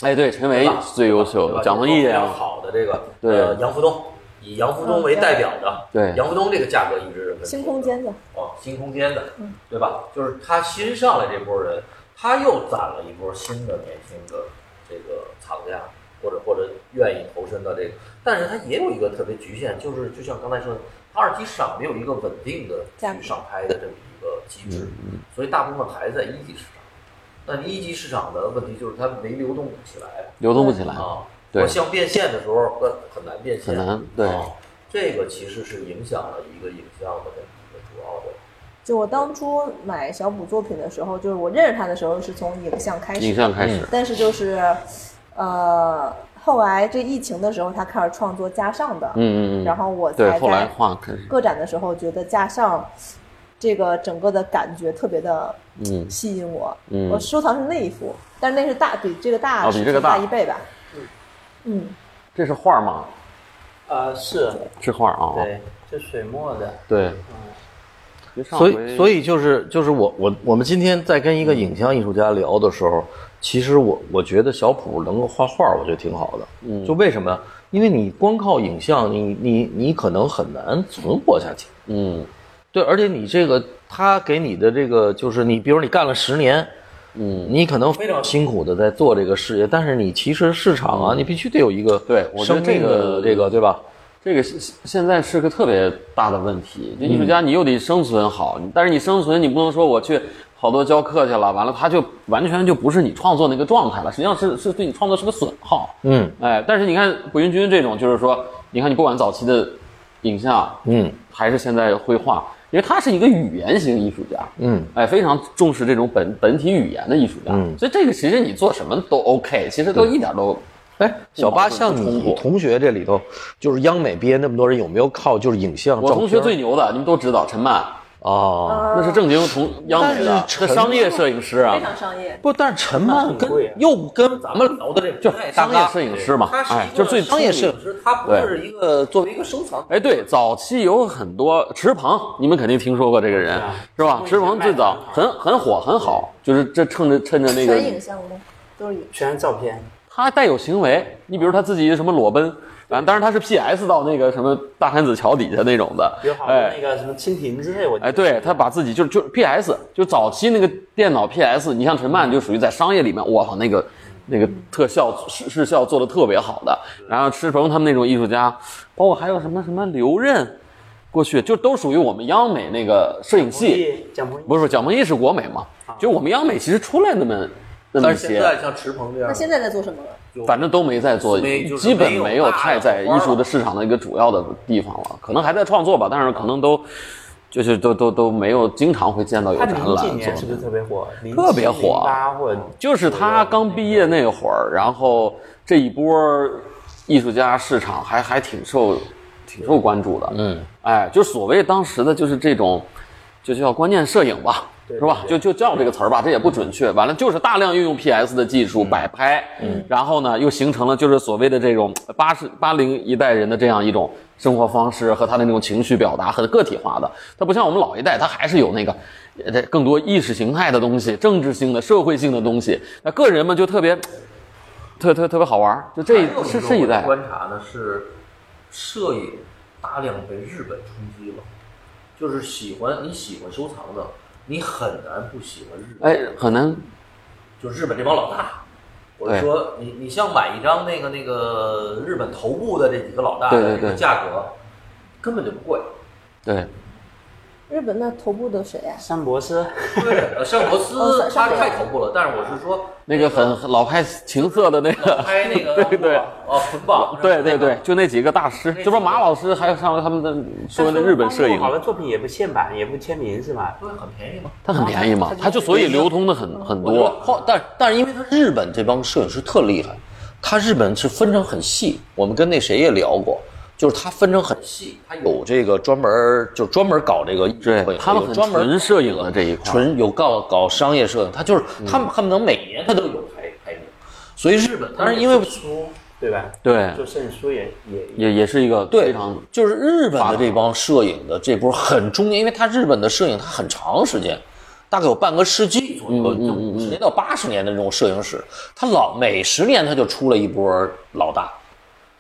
S7: 哎，对，陈
S8: 对
S7: 维
S8: 吧
S7: 最优秀
S8: 对
S7: 的，
S8: 吧
S7: 蒋鹏毅
S8: 比较
S7: 啊，
S8: 好的这个，
S7: 对
S8: 呃，杨福东，以杨福东为代表的，
S7: 对
S8: 杨福东这个价格一直是很
S2: 嗯星空间的，
S8: 哦，新空间的，对吧？就是他新上来这波人，他又攒了一波新的年轻的这个藏家，或者或者愿意投身到这个，但是他也有一个特别局限，就是就像刚才说的，他二级市场没有一个稳定的
S2: 价格
S8: 去上拍的这么一个机制，
S7: 嗯
S8: 所以大部分还在一级市场。那一级市场的问题就是它没流动起来
S7: 流动不起来，
S8: 啊，
S7: 嗯对
S8: 我像变现的时候，呃，很难变现，
S7: 很难对
S5: 哦
S8: 啊这个其实是影响了一个影像的问题的主要的。
S2: 就我当初买小补作品的时候，就是我认识他的时候是从影像开始，
S7: 影像开始，
S2: 但是就是，呃，后来这疫情的时候，他开始创作架上的，
S7: 嗯嗯嗯，
S2: 然后我
S7: 对
S2: 才，
S7: 后来
S2: 在
S7: 画开始，
S2: 个展的时候觉得架上这个整个的感觉特别的
S7: 嗯
S2: 吸引我，
S7: 嗯
S2: 我收藏是那一幅，但是那是大比这个大
S7: 哦
S2: 是
S7: 比这个大
S2: 一倍吧，嗯，
S7: 这是画吗？
S3: 呃，是，
S7: 是画啊，
S3: 对，是水墨的，
S7: 对。
S5: 所以，所以就是就是我我我们今天在跟一个影像艺术家聊的时候，其实我我觉得小普能够画画，我觉得挺好的。嗯，就为什么呀？因为你光靠影像，你你你可能很难存活下去。
S7: 嗯，
S5: 对，而且你这个他给你的这个，就是你比如你干了十年，嗯，你可能非常辛苦的在做这个事业，但是你其实市场啊，你必须得有一个
S7: 嗯对我觉得
S5: 生
S7: 这
S5: 命的
S7: 个
S5: 这个对吧？
S7: 这个是现在是个特别大的问题。就艺术家，
S5: 嗯
S7: 你又得生存好，但是你生存，你不能说我去好多教课去了，完了他就完全就不是你创作那个状态了，实际上是是对你创作是个损耗。
S5: 嗯
S7: 哎，但是你看卜云军这种，就是说，你看你不管早期的影像
S5: 嗯
S7: 还是现在绘画，因为他是一个语言型艺术家，
S5: 嗯，
S7: 哎，非常重视这种本本体语言的艺术家。
S5: 嗯
S7: 所以这个其实你做什么都 OK，其实都一点都
S5: 哎，小
S7: 矛
S5: 八，
S7: 盾
S5: 像
S7: 冲
S5: 你
S7: 突
S5: 同学这里头，就是央美毕业那么多人，有没有靠就是影像？
S7: 我同学最牛的，你们都知道陈曼，
S5: 啊，
S7: 那是正经同央美的，
S5: 但是
S7: 那
S5: 陈
S7: 商业摄影师啊
S2: 非，常商业，
S5: 不，但是陈曼跟
S3: 贵啊
S5: 又跟咱们聊的这
S7: 就
S5: 就是大
S7: 商业
S5: 咖
S7: 摄影师嘛
S8: 他，是
S7: 哎
S8: 一，个
S7: 就是最
S8: 商
S5: 业摄
S8: 摄影师，他不是一个作为一个收藏，
S7: 哎，对，早期有很多池鹏，你们肯定听说过这个人，是吧？池鹏最早很很火，很好，就是这趁着趁着那个
S2: 全影像的都是影，
S3: 全是照片，
S7: 他带有行为，你比如他自己什么裸奔，啊，当然他是 PS 到那个什么大汉子桥底下那种的
S3: 有，好多
S7: 哎
S3: 那个什么蜻蜓之类，我记得
S7: 哎，对他把自己就是就是 PS，就早期那个电脑 PS，你像陈曼就属于在商业里面，我操那个那个特效视视效做的特别好的，然后池鹏他们那种艺术家，包括还有什么什么刘任，过去就都属于我们央美那个摄影系，
S3: 蒋鹏毅，
S7: 不是不是蒋鹏毅是国美嘛，就我们央美其实出来那么那么
S8: 但
S7: 一
S8: 是现
S7: 些。
S8: 在像池鹏这样
S2: 那，现在在做什么了？
S7: 反正都没在做，
S8: 没就是
S7: 基本没有太在
S8: 没有大的
S7: 艺术的市场的一个主要的地方了，可能还在创作吧，但是可能都就是都都都没有经常会见到有
S3: 他
S7: 展
S3: 零几
S7: 览
S3: 年是
S7: 做
S3: 不是
S7: 的。
S3: 特别火？
S7: 特别火
S3: 八或者
S7: 就是他刚毕业那会儿，然后这一波艺术家市场还还挺受挺受关注的，嗯，哎，就所谓当时的就是这种，就叫观念摄影吧。是吧？就就叫这个词儿吧，这也不准确。完了就是大量运用 PS 的技术摆拍，嗯，然后呢又形成了就是所谓的这种八十八零一代人的这样一种生活方式和他的那种情绪表达很个体化的。他不像我们老一代，他还是有那个呃这更多意识形态的东西、政治性的、社会性的东西。那个人们就特别特特特别好玩儿，就这一
S8: 还有
S7: 是
S8: 种
S7: 这一代
S8: 我观察呢是，摄影大量被日本冲击了，就是喜欢你喜欢收藏的，你很难不喜欢日本。
S7: 哎，很难
S8: 就日本这帮老大。我是说，你你像买一张那个那个日本头部的这几个老大
S7: 对对
S8: 的这个
S7: 对
S8: 价格，根本就不贵。
S7: 对
S2: 日本那头部的谁啊呀、
S3: 山博斯，
S5: 对，
S7: *laughs*
S5: 呃上博
S2: 哦
S5: 斯
S2: 上
S5: 他
S2: 上
S5: 太头部了，但是我是说
S7: 那个很老派情色的那个，
S5: 拍那个
S7: *laughs* 对对
S5: 哦捆绑，
S7: 对对对，就那几个大师，这不马老师还有上回他们的说的日本摄影，
S3: 好的作品也不限版，也不签名是吧？
S5: 对，很便宜嘛。
S7: 它很便宜嘛，它就所以流通的很很
S1: 我
S7: 多。
S1: 后，但但是因为他日本这帮摄影师特厉害，他日本是分成很细。我们跟那谁也聊过，就是他分成很细，他有这个专门儿就专门搞这个艺术摄
S7: 对
S1: 影，
S7: 他们
S1: 有
S7: 很
S1: 专门
S7: 纯摄影的这一块，嗯
S1: 纯有搞搞商业摄影，他就是他们恨不得每年他都有排排名。所以日本，当然因为
S3: 书对吧？
S7: 对
S3: 做摄影书也也
S7: 也也是一个
S1: 对
S7: 非常，
S1: 就是日本的这帮摄影的这波很中年，因为他日本的摄影它很长时间，大概有半个世纪左
S5: 嗯
S1: 右，就五十年到八十年的这种摄影史，他老每十年他就出了一波老大。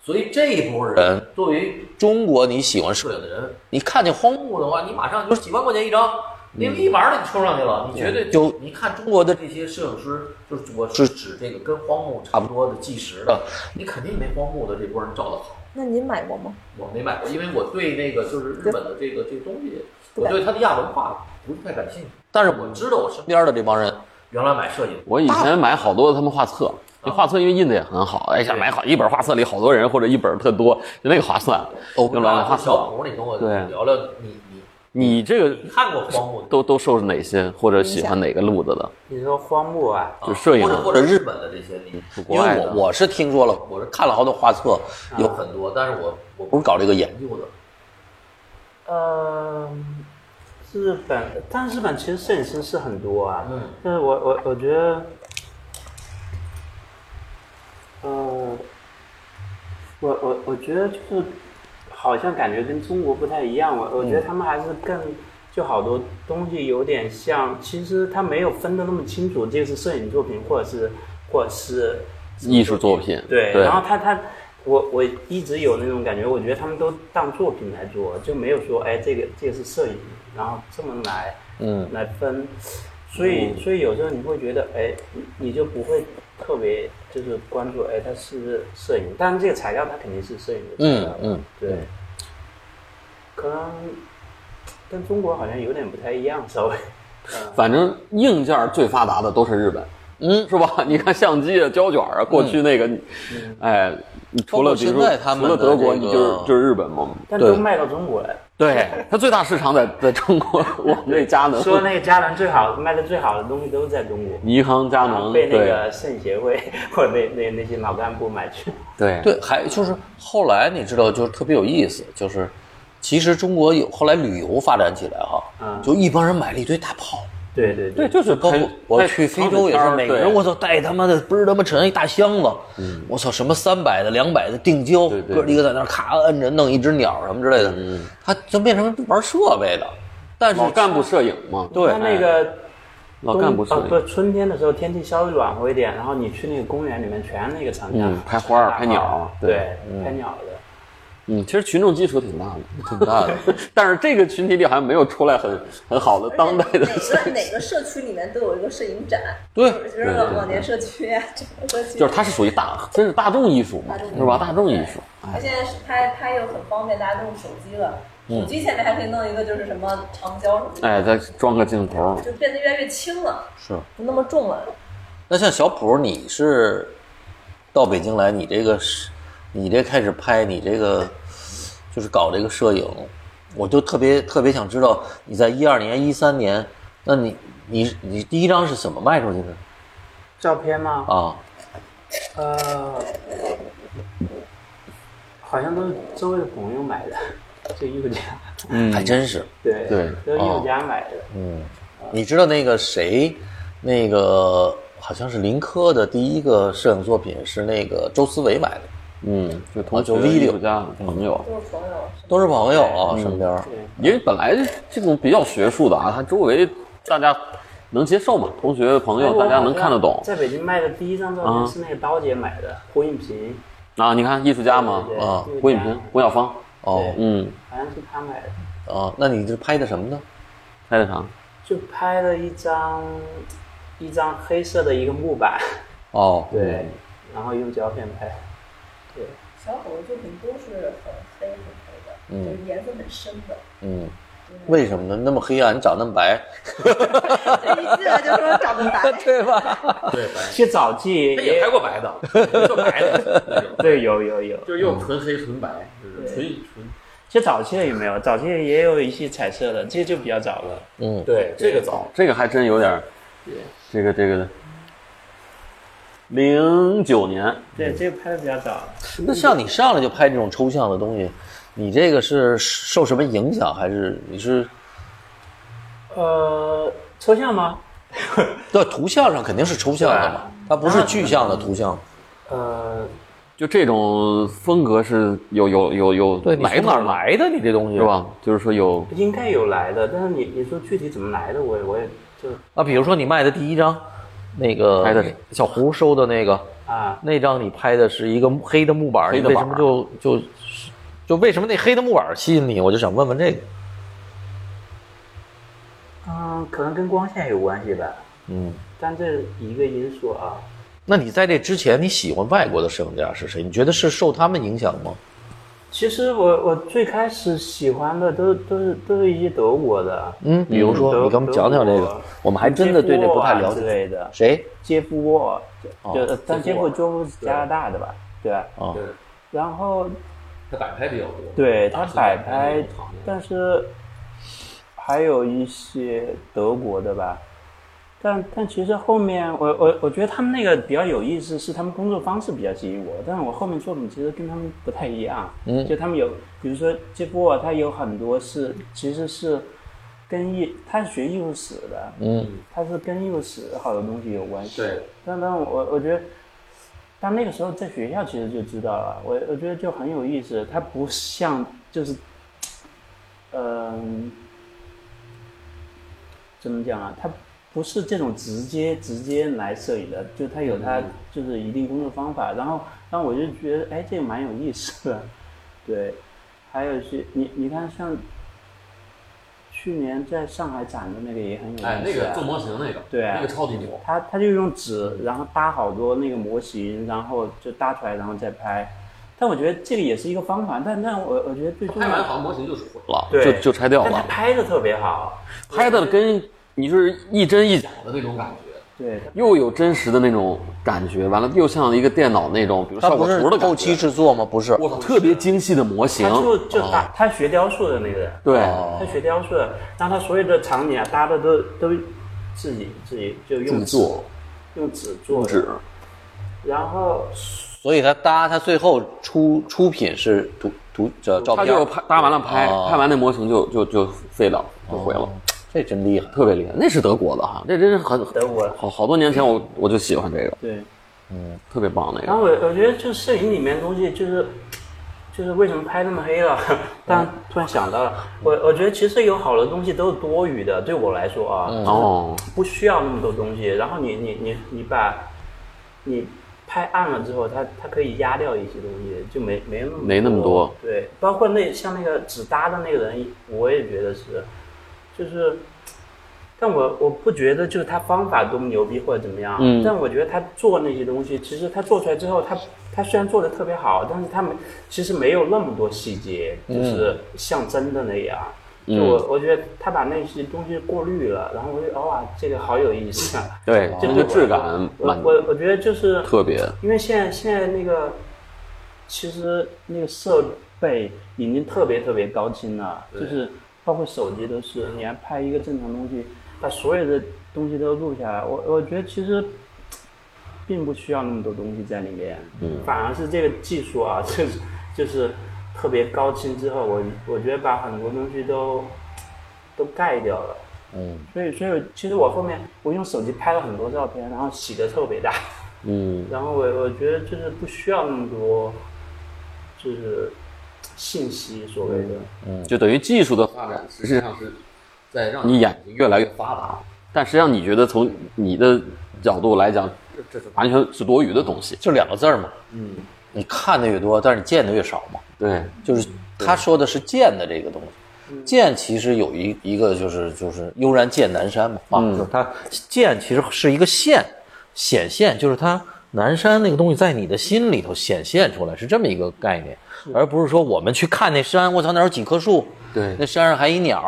S5: 所以这一波人作为
S1: 中国你喜欢摄
S5: 摄
S1: 影
S5: 影的人，
S1: 你看见荒木
S5: 木的话，你马上就是几万块钱一张，你立马儿你冲上去了，你绝对
S1: 嗯就
S5: 你看中国的这些摄影师，就是我是指这个跟荒木差不多的纪实的，你肯定没荒木的这波人照的好。
S2: 那您买过吗？
S5: 我没买过，因为我对那个就是日本的这个这个东西，我对它的亚文化不是太感兴趣。但是我知道我身边
S1: 边的这帮人，
S5: 原来买摄影，
S7: 我以前买好多他们画册，那画册因为印的也很好，哎呀，买好一本画册里好多人或者一本特多，就那个划算，
S1: 哦
S7: 就老画册
S5: 小。红，你跟我
S7: 对
S5: 聊聊你你
S7: 你这个
S5: 你看过荒木的
S7: 都都受哪些或者喜欢哪个路子的？
S3: 你说荒木啊，
S7: 就摄影
S5: 或者或者日本的这些，你
S7: 国
S1: 因
S7: 外
S1: 为
S7: 的啊
S1: 我我是听说了，我是看了好多画册，
S5: 有
S1: 有
S5: 很多，但是我我
S1: 不是搞这个研
S5: 研究的。
S3: 嗯，日本，但日本其实摄影师是很多啊。
S5: 嗯
S3: 但是我我我觉得，呃，我我我觉得就是好像感觉跟中国不太一样。我我觉得他们还是更就好多东西有点像，其实他没有分的那么清楚，这是摄影作品或者是或者是
S7: 艺术作品，
S3: 对，
S7: 对
S3: 然后他他，我我一直有那种感觉，我觉得他们都当作品来做，就没有说哎这个这个是摄影，然后这么来嗯来分，所以所以有时候你会觉得哎你你就不会特别就是关注哎它是不是摄影，当然这个材料它肯定是摄影的材料，
S1: 嗯嗯
S3: 对，可能跟中国好像有点不太一样，稍微。
S7: 反正硬件最发达的都是日本，嗯，是吧？ *laughs* 你看相机啊、胶卷啊，过去那个，哎，你除了
S1: 嗯包括
S7: 比如
S1: 现
S7: 说
S1: 在他们
S7: 除了
S1: 的
S7: 德国，
S1: 这个
S7: 你就是就是日本嘛。
S3: 但都卖到中国来，
S7: 对，它最大市场在 *laughs* 在中国，我们这佳能，
S3: 说那个佳能最好卖的最好的东西都是在中国。
S7: 尼康、佳
S3: 然后
S1: 啊
S7: 能，
S3: 啊被那
S7: 嗯对
S3: 个摄影协会 *laughs* 或者那那那些老干部买去。
S7: 对
S1: 对，还就是后来你知道，就是特别有意思，就是其实中国有后来旅游发展起来哈，
S3: 嗯
S1: 就一帮人买了一堆大炮，
S3: 对对
S7: 对，，就是
S1: 包括
S7: 拍
S1: 我去非洲也是，每个人，我
S7: 我
S1: 操带他妈的倍儿他妈沉一大箱子，我操什么三百的、两百的定焦，
S7: 对对嗯
S1: 哥儿几个在那儿咔摁着弄一只鸟什么之类的，他就变成玩设备的，但是
S7: 老干部摄影嘛，
S1: 对
S3: 他那个
S7: 哎老
S3: 冬
S7: 干部摄
S1: 啊
S3: 哦，
S7: 影，
S3: 对，春天的时候天气稍微暖和一点，然后你去那个公园里面全是那个厂家
S7: 嗯拍花儿拍鸟儿
S3: 啊对，拍鸟的。
S7: 嗯，其实群众基础挺大的，
S1: 挺大的，
S7: *laughs* 但是这个群体里好像没有出来很很好的当代的
S2: 而且哪个哪个社区里面都有一个摄影展，
S1: 对
S2: 就是老老年社区啊，整个社区。
S7: 就是它是属于大，真是大众艺术嘛
S2: 大众，艺术
S7: 是吧？大众艺术，
S2: 它现在是拍拍又很方便，大家都用手机了，
S7: 嗯
S2: 手机前面还可以弄一个就是什么长焦什么的，
S7: 哎，再装个镜头，
S2: 就变得越来越轻了，
S1: 是。
S2: 不那么重了。
S1: 那像小普，你是到北京来，你这个是，你这开始拍，你这个就是搞这个摄影，我就特别特别想知道你在一二年、一三年，那你你你第一张是怎么卖出去的
S3: 照片吗？
S1: 啊？
S3: 呃，好像都是周围的朋友买的，就艺术家。
S7: 嗯
S1: 还真是，
S3: 对
S7: 对，啊
S3: 都是艺术家买的。
S1: 你知道那个谁，那个好像是林科的第一个摄影作品是那个周思维买的，
S7: 嗯，就
S8: 啊
S7: 同学
S1: 就 video
S7: 艺术家朋友，
S2: 都是朋友，
S1: 都是朋友
S7: 嗯
S1: 啊，身边儿。
S7: 因为本来这种比较学术的啊，他周围大家能接受嘛，同学朋
S3: 哎
S2: 哎
S7: 友大家能看得懂
S3: 在北京卖的第一张照片是那个刀姐买的，胡应平。
S7: 啊。你看艺术家嘛，
S3: 对
S1: 啊，
S7: 胡影平、胡小芳，
S1: 哦
S3: 对
S7: 嗯，
S3: 好像是他买的。
S1: 啊，那你这拍的什么呢？
S7: 拍的啥？
S3: 就拍了一张一张黑色的一个木板，
S1: 哦，
S3: 对， *laughs* 然后用胶片拍，对，嗯
S2: *laughs* 小狗的作品都是很黑很黑的，就是颜色很深的。
S1: 嗯，
S5: 为什么呢？那么黑暗，你长那么白，
S2: 这一进来就说长得 *laughs* 白，
S5: 对吧？
S8: 对，白
S3: 其实早期
S8: 他也
S3: 也
S8: 拍过白的， *laughs* 也做白的那种，
S3: 对有有有，
S8: 就是又纯黑纯白，就是纯纯。
S3: 其实早期的有没有？早期也有一些彩色的，这就比较早了。
S8: 对，嗯这个早，
S5: 这个还真有点儿，这个这个，零九年，
S3: 对，
S8: 嗯
S3: 这个拍的比较早。
S5: 那像你上来就拍这种抽象的东西，你这个是受什么影响，还是你是
S3: 呃，抽象吗？
S5: 在图像上肯定是抽象的嘛？它不是具象的图像。
S3: 呃，
S7: 就这种风格是有有有有
S5: 对，你
S7: 来
S5: 从
S7: 头
S5: 哪儿
S7: 的，
S5: 来的？你这东西
S7: 是吧？？就是说有
S3: 应该有来的，但是你你说具体怎么来的，我也我也就
S5: 啊，比如说你卖的第一张，那个
S7: 拍的
S5: 小胡收的那个
S3: 啊，
S5: 那张，你拍的是一个黑的木板儿，
S7: 黑的
S5: 你为
S7: 板
S5: 什
S7: 儿
S5: 么就就就为什么那黑的木板儿吸引你？我就想问问这个。
S3: 嗯，可能跟光线有关系吧。
S5: 嗯，
S3: 但这一个因素啊，
S5: 那你在这之前，你喜欢外国的摄影家是谁？你觉得是受他们影响吗？
S3: 其实我我最开始喜欢的都都是都是一些德国的，
S5: 嗯，比如说，
S3: 德
S5: 你给我们讲讲这
S3: 德
S5: 个
S3: 国，
S5: 我们还真的对这不太了
S3: 杰夫沃啊之
S5: 解。
S3: 类的。
S5: 谁？
S3: 杰夫沃，
S5: 哦
S3: 就就但杰夫沃是加拿大的吧？对吧。
S5: 哦
S8: 对，
S3: 然后
S8: 他摆拍比较多。
S5: 嗯
S3: 对他摆拍
S8: 那种场面，
S3: 但是还有一些德国的吧。但但其实后面我我我觉得他们那个比较有意思，是他们工作方式比较吸引我。但是我后面作品其实跟他们不太一样，嗯，就他们有，比如说杰夫沃，他有很多是其实是跟艺，他是学艺术史的，嗯，他是跟艺术史好多东西有关系。
S8: 对，
S3: 但但我我觉得，但那个时候在学校其实就知道了，我我觉得就很有意思，它不像就是，嗯、怎么讲啊？它不是这种直接直接来摄影的，就它有
S8: 嗯
S3: 它就是一定工作方法。然后，然后我就觉得，哎，这个蛮有意思的。对，还有一些你你看像去年在上海展的那个也很有意思、啊。
S8: 哎，那个做模型那个，
S3: 对啊
S8: 那个超级牛。
S3: 他他就用纸，然后搭好多那个模型，然后就搭出来，然后再拍。但我觉得这个也是一个方法，但但我我觉得最重
S8: 拍
S3: 要
S8: 完好像模型就是哎毁了
S7: 了，
S3: 对
S7: 就就拆掉
S3: 但他
S7: 了，
S3: 拍的特别好，
S7: 拍的跟你就是一真一假的那种感觉。
S3: 对，
S7: 又有真实的那种感觉，完了又像一个电脑那种，比如
S5: 他
S7: 效
S5: 不
S7: 果
S5: 是
S7: 图的感觉
S5: 后期制作吗？不是，
S7: 我特别精细的模型
S3: 他，就就搭、他学雕塑的那个人，
S7: 哦对，
S3: 他学雕塑的，然后他所有的场景啊搭的都都自己自己就用纸
S7: 制作
S3: 用纸做的，
S7: 纸，
S3: 然后
S5: 所以他搭他最后出出品是图图这照
S7: 他
S5: 片
S7: 就
S5: 儿，
S7: 拍搭完了拍，
S8: 啊
S5: 哦
S7: 拍完那模型就就就废了，就毁了，
S5: 这真厉害。
S7: 特别厉害。那是德国的哈，这真是很
S3: 德国
S7: 好好多年前我我就喜欢这个，
S3: 对。
S7: 特别棒那
S3: 然
S7: 个。
S3: 后我我觉得就摄影里面的东西就是，就是为什么拍那么黑了？ *laughs* 但突然想到了，我我觉得其实有好多东西都是多余的，对我来说啊，
S7: 哦，
S3: 不需要那么多东西。然后你你你你把，你拍暗了之后，它它可以压掉一些东西，就没没那么
S7: 没那么多。
S3: 对，包括那像那个纸搭的那个人，我也觉得是，就是，但我我不觉得就是他方法多么牛逼或者怎么样，
S7: 嗯
S3: 但我觉得他做那些东西，其实他做出来之后，他他虽然做的特别好，但是他没其实没有那么多细节，
S7: 嗯
S3: 就是像真的那样。就我我觉得他把那些东西过滤了，然后我就哦哇，这个好有意思啊！
S7: 对，
S3: 就对
S7: 这哦个
S3: 我
S7: 质感
S3: 我
S7: 蛮
S3: 我我觉得就是
S7: 特别，
S3: 因为现在现在那个，其实那个设备已经特别特别高清了，就是包括手机都是，你还拍一个正常东西，把所有的东西都录下来。我我觉得其实并不需要那么多东西在里面，嗯，反而是这个技术啊， *laughs* 就是就是特别高清之后，我我觉得把很多东西都都盖掉了。嗯，所以所以其实我后面我用手机拍了很多照片，然后洗的特别大，
S7: 嗯，
S3: 然后我我觉得就是不需要那么多，就是信息所谓的，
S7: 就等于技术的发展实际上是在让你眼睛越来越发达，但实际上你觉得从你的角度来讲，这这是完全是多余的东西。
S5: 就两个字儿嘛。嗯，你看的越多，但是你见的越少嘛。
S7: 对，
S5: 就是他说的是剑的这个东西，剑其实有一一个就是就是悠嗯然见南山嘛，啊，就是它剑其实是一个线，显现就是它南山那个东西在你的心里头显现出来，是这么一个概念，而不是说我们去看那山，我操，那儿有几棵树，
S7: 对
S5: 那山上还一鸟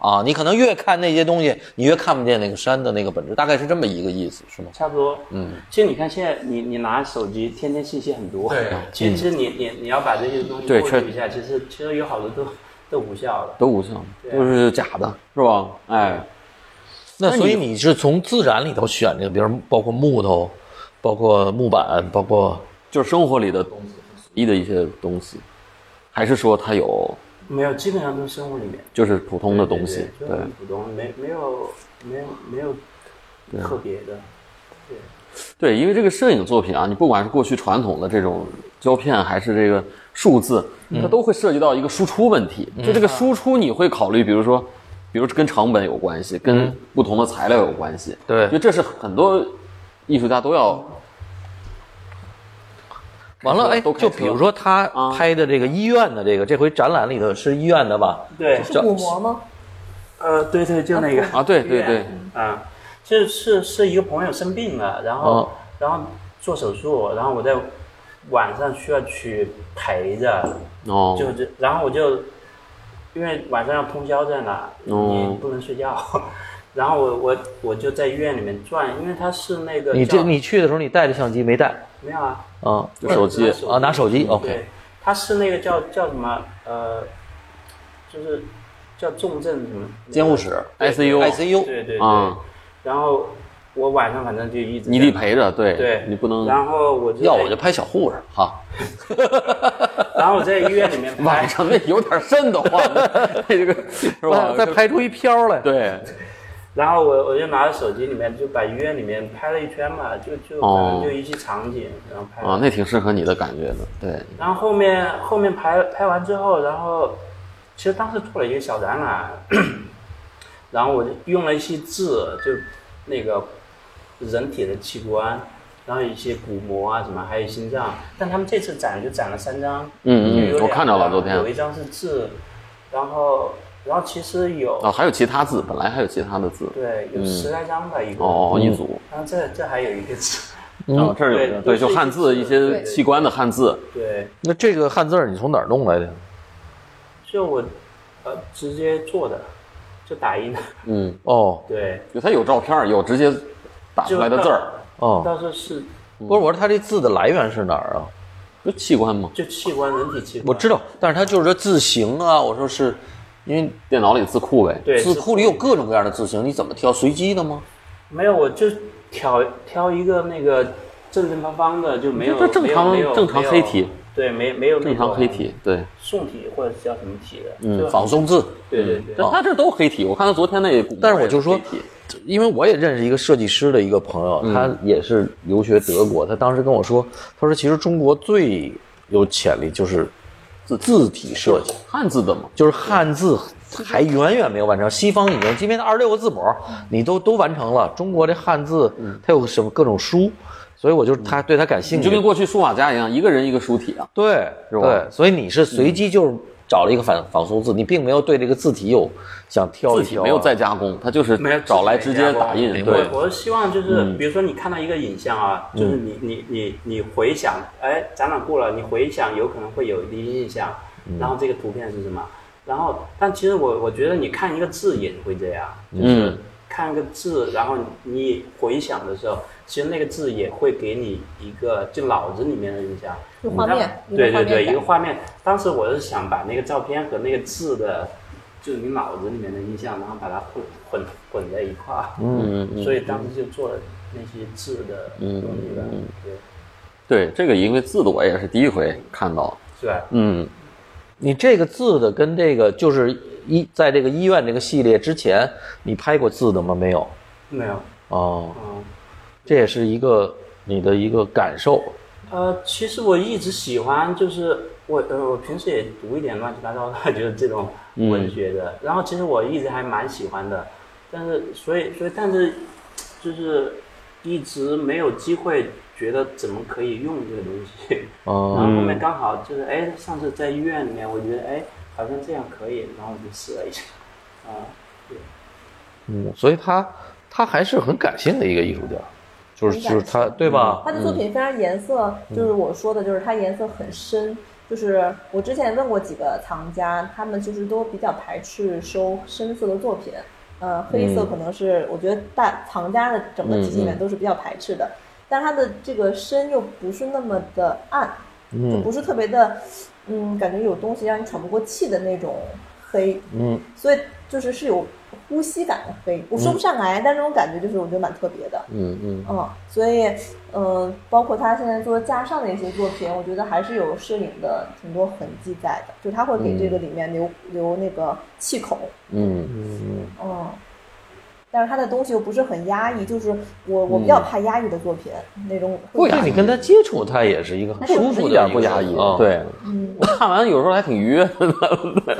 S5: 啊，你可能越看那些东西，你越看不见那个山的那个本质，大概是这么一个意思，是吗？
S3: 差不多。嗯，其实你看现在你你拿手机，天天信息很多。
S8: 对
S3: 其实你你你要把这些东西
S7: 对
S3: 过
S7: 确
S3: 滤一下，其实其实有好多都都无效了。
S7: 都无效，
S3: 对啊
S7: 都是假的，是吧？哎，
S5: 那所以你是从自然里头选这个，比如包括木头，包括木板，包括
S7: 就是生活里的东西，随意的一些东西，还是说它有
S3: 没有，基本上都是生活里面
S7: 就是普通的东西？
S3: 对对对就很普通，没没有没有没有特别的。
S7: 对，因为这个摄影作品啊，你不管是过去传统的这种胶片，还是这个数字，它都会涉及到一个输出问题。就这个输出，你会考虑，比如说，比如跟成本有关系，跟不同的材料有关系。
S5: 对
S7: 因为这是很多艺术家都要
S5: 完了，哎，
S7: 都开车啊
S5: 就比如说他拍的这个医院的这个，这回展览里头是医院的吧？
S3: 对，
S2: 是鼓膜吗？
S3: 呃，对对，就那个
S7: 啊，对对对，
S3: 啊，是是是一个朋友生病了，然后、然后做手术，然后我在晚上需要去陪着，
S7: 哦，
S3: 就这，然后我就因为晚上要通宵在那，
S7: 哦
S3: 你不能睡觉， *laughs* 然后我我我就在医院里面转，因为他是那个
S7: 啊
S5: 你
S3: 叫
S5: 这你去的时候你带着相机没带
S3: 没有啊，
S5: 啊？
S7: 就手机
S5: 啊拿手机，OK
S7: 嗯
S3: 对，他是那个叫叫什么呃，就是叫重症什么哦
S5: 监护室
S7: ICU
S5: ICU
S3: 对对对，
S7: E 啊
S3: 然后我晚上反正就一直
S7: 你
S3: 在
S7: 得陪着，对，
S3: 对，
S7: 你不能
S3: 然后我就
S5: 要
S3: 在
S5: 我就，拍小护士哈，
S3: 然后我在医院里面拍
S7: *laughs* 晚，上那有点瘆得慌，这个是 *laughs* 吧？
S5: 再拍出一飘来。
S7: 对，啊
S3: 然后我我就拿着手机里面就把医院里面拍了一圈嘛，就就
S7: 哦
S3: 反正就一些场景，然后拍了。
S7: 啊，那挺适合你的感觉的，对，
S3: 然后后面后面拍拍完之后，然后其实当时做了一个小展览，然后我就用了一些字，就那个人体的器官，然后一些骨膜啊什么，还有心脏。但他们这次展就展了三张，
S7: 嗯嗯
S3: 有两张
S7: 我看到了昨天
S3: 有一张是字，然后然后其实有、
S7: 哦，还有其他字，本来还有其他的字，
S3: 对有十来张吧，一共。
S7: 哦，
S5: 嗯
S7: 一组，
S3: 然后这这还有一个字，
S7: 然后这儿有一个，
S3: 对
S7: 对，就汉字一些
S2: 对
S7: 器官的汉字，
S3: 对，
S5: 那这个汉字儿你从哪儿弄来的？
S3: 就我呃直接做的，就打印的，
S7: 嗯，
S5: 哦
S3: 对。
S7: 就它有照片儿，有直接打出来的字儿，
S5: 哦，
S3: 到时候是
S5: 不是，我说他这字的来源是哪儿啊？
S7: 不是器官吗？
S3: 就器官，人体器官。
S5: 我知道，但是他就是说字形啊，我说是因为
S7: 电脑里字库呗，
S3: 对
S5: 字库里有各种各样的字形，你怎么挑？随机的吗？
S3: 没有，我就挑挑一个那个正正方方的，就没有
S7: 这正常
S3: 没有没有
S7: 正常黑
S3: 没
S7: 体
S3: 有对，没没有那
S7: 正
S3: 种
S7: 常黑体，对，
S3: 宋体或者叫什么体的，
S7: 嗯
S3: 就
S5: 仿宋字。
S3: 对对对，
S7: 但它这都黑体，我看它昨天那古，
S5: 但是我就说
S7: 黑体，
S5: 因为我也认识一个设计师的一个朋友，
S7: 嗯
S5: 他也是留学德国。他当时跟我说，他说其实中国最有潜力就是字字体设计，
S7: 汉字的嘛，
S5: 就是汉字还远远没有完成。西方已经，即便它二十六个字母，你都都完成了。中国这汉字，它有什么各种书，所以我就他对他感兴
S7: 嗯你
S5: 趣
S7: 就。跟过去书法家一样，一个人一个书体啊，
S5: 对，
S7: 是吧
S5: 对，所以你是随机就是找了一个反仿宋字，你并没有对这个字体有想挑
S7: 字
S5: 一
S7: 体
S5: 挑
S7: 嗯
S5: 啊，
S7: 没有再加工，它就是
S3: 没有
S7: 找来直接打印，对嗯
S3: 我，我是希望就是，比如说你看到一个影像啊，就是你你你你回想，哎，展览过了，你回想有可能会有一些印象，
S7: 嗯
S3: 然后这个图片是什么？然后，但其实我我觉得你看一个字也会这样，就是
S7: 嗯
S3: 看个字，然后你回想的时候，其实那个字也会给你一个就脑子里面的印象，
S2: 就画面
S3: 你知道
S2: 一个画
S3: 嗯对对
S2: 面
S3: 对，
S2: 感
S3: 一个画面。当时我是想把那个照片和那个字的，就是你脑子里面的印象，然后把它混混混在一块儿。
S7: 嗯嗯，嗯
S3: 所以当时就做了那些字的东西吧，对，
S7: 对，这个因为字的我也是第一回看到，
S3: 是吧？
S7: 嗯，
S5: 你这个字的跟这个就是医在这个医院这个系列之前，你拍过字的吗？没有
S3: 没有，
S5: 哦，
S3: 嗯，
S5: 这也是一个你的一个感受。
S3: 呃，其实我一直喜欢，就是我呃，我平时也读一点乱七八糟的， *laughs* 就是这种文学的。然后其实我一直还蛮喜欢的，但是所以所以但是就是一直没有机会，觉得怎么可以用这个东西。 *laughs* 然后
S5: 哦，
S3: 后面刚好就是哎，上次在医院里面，我觉得哎好像这样可以，然后我就试了一下，啊、
S5: 嗯，所以他他还是很感性的一个艺术家。就是就是他对吧？
S2: 他的作品非常颜色，就是我说的，就是它颜色很深。就是我之前问过几个藏家，他们就是都比较排斥收深色的作品，呃，黑
S5: 嗯
S2: 色可能是、我觉得大藏家的整个体系里面都是比较排斥的，但它的这个深又不是那么的暗，就不是特别的，嗯，感觉有东西让你喘不过气的那种黑，
S5: 嗯，
S2: 所以就是是有呼吸感的黑，我说不上来，但这种感觉就是我觉得蛮特别的，
S5: 嗯嗯
S2: 嗯，所以，呃，包括他现在做架上的一些作品，我觉得还是有摄影的挺多痕迹在的，就他会给这个里面留、留那个气口，
S5: 嗯，
S2: 嗯，但是他的东西又不是很压抑，就是我
S5: 嗯
S2: 我比较怕压抑的作品、那种
S5: 不
S2: 会，
S5: 你跟他接触，他也是一个很舒服
S7: 一
S5: 的
S7: 点不
S5: 个
S7: 压抑
S5: 啊。，
S7: 对，
S2: 嗯，
S7: 看完有时候还挺愉悦的。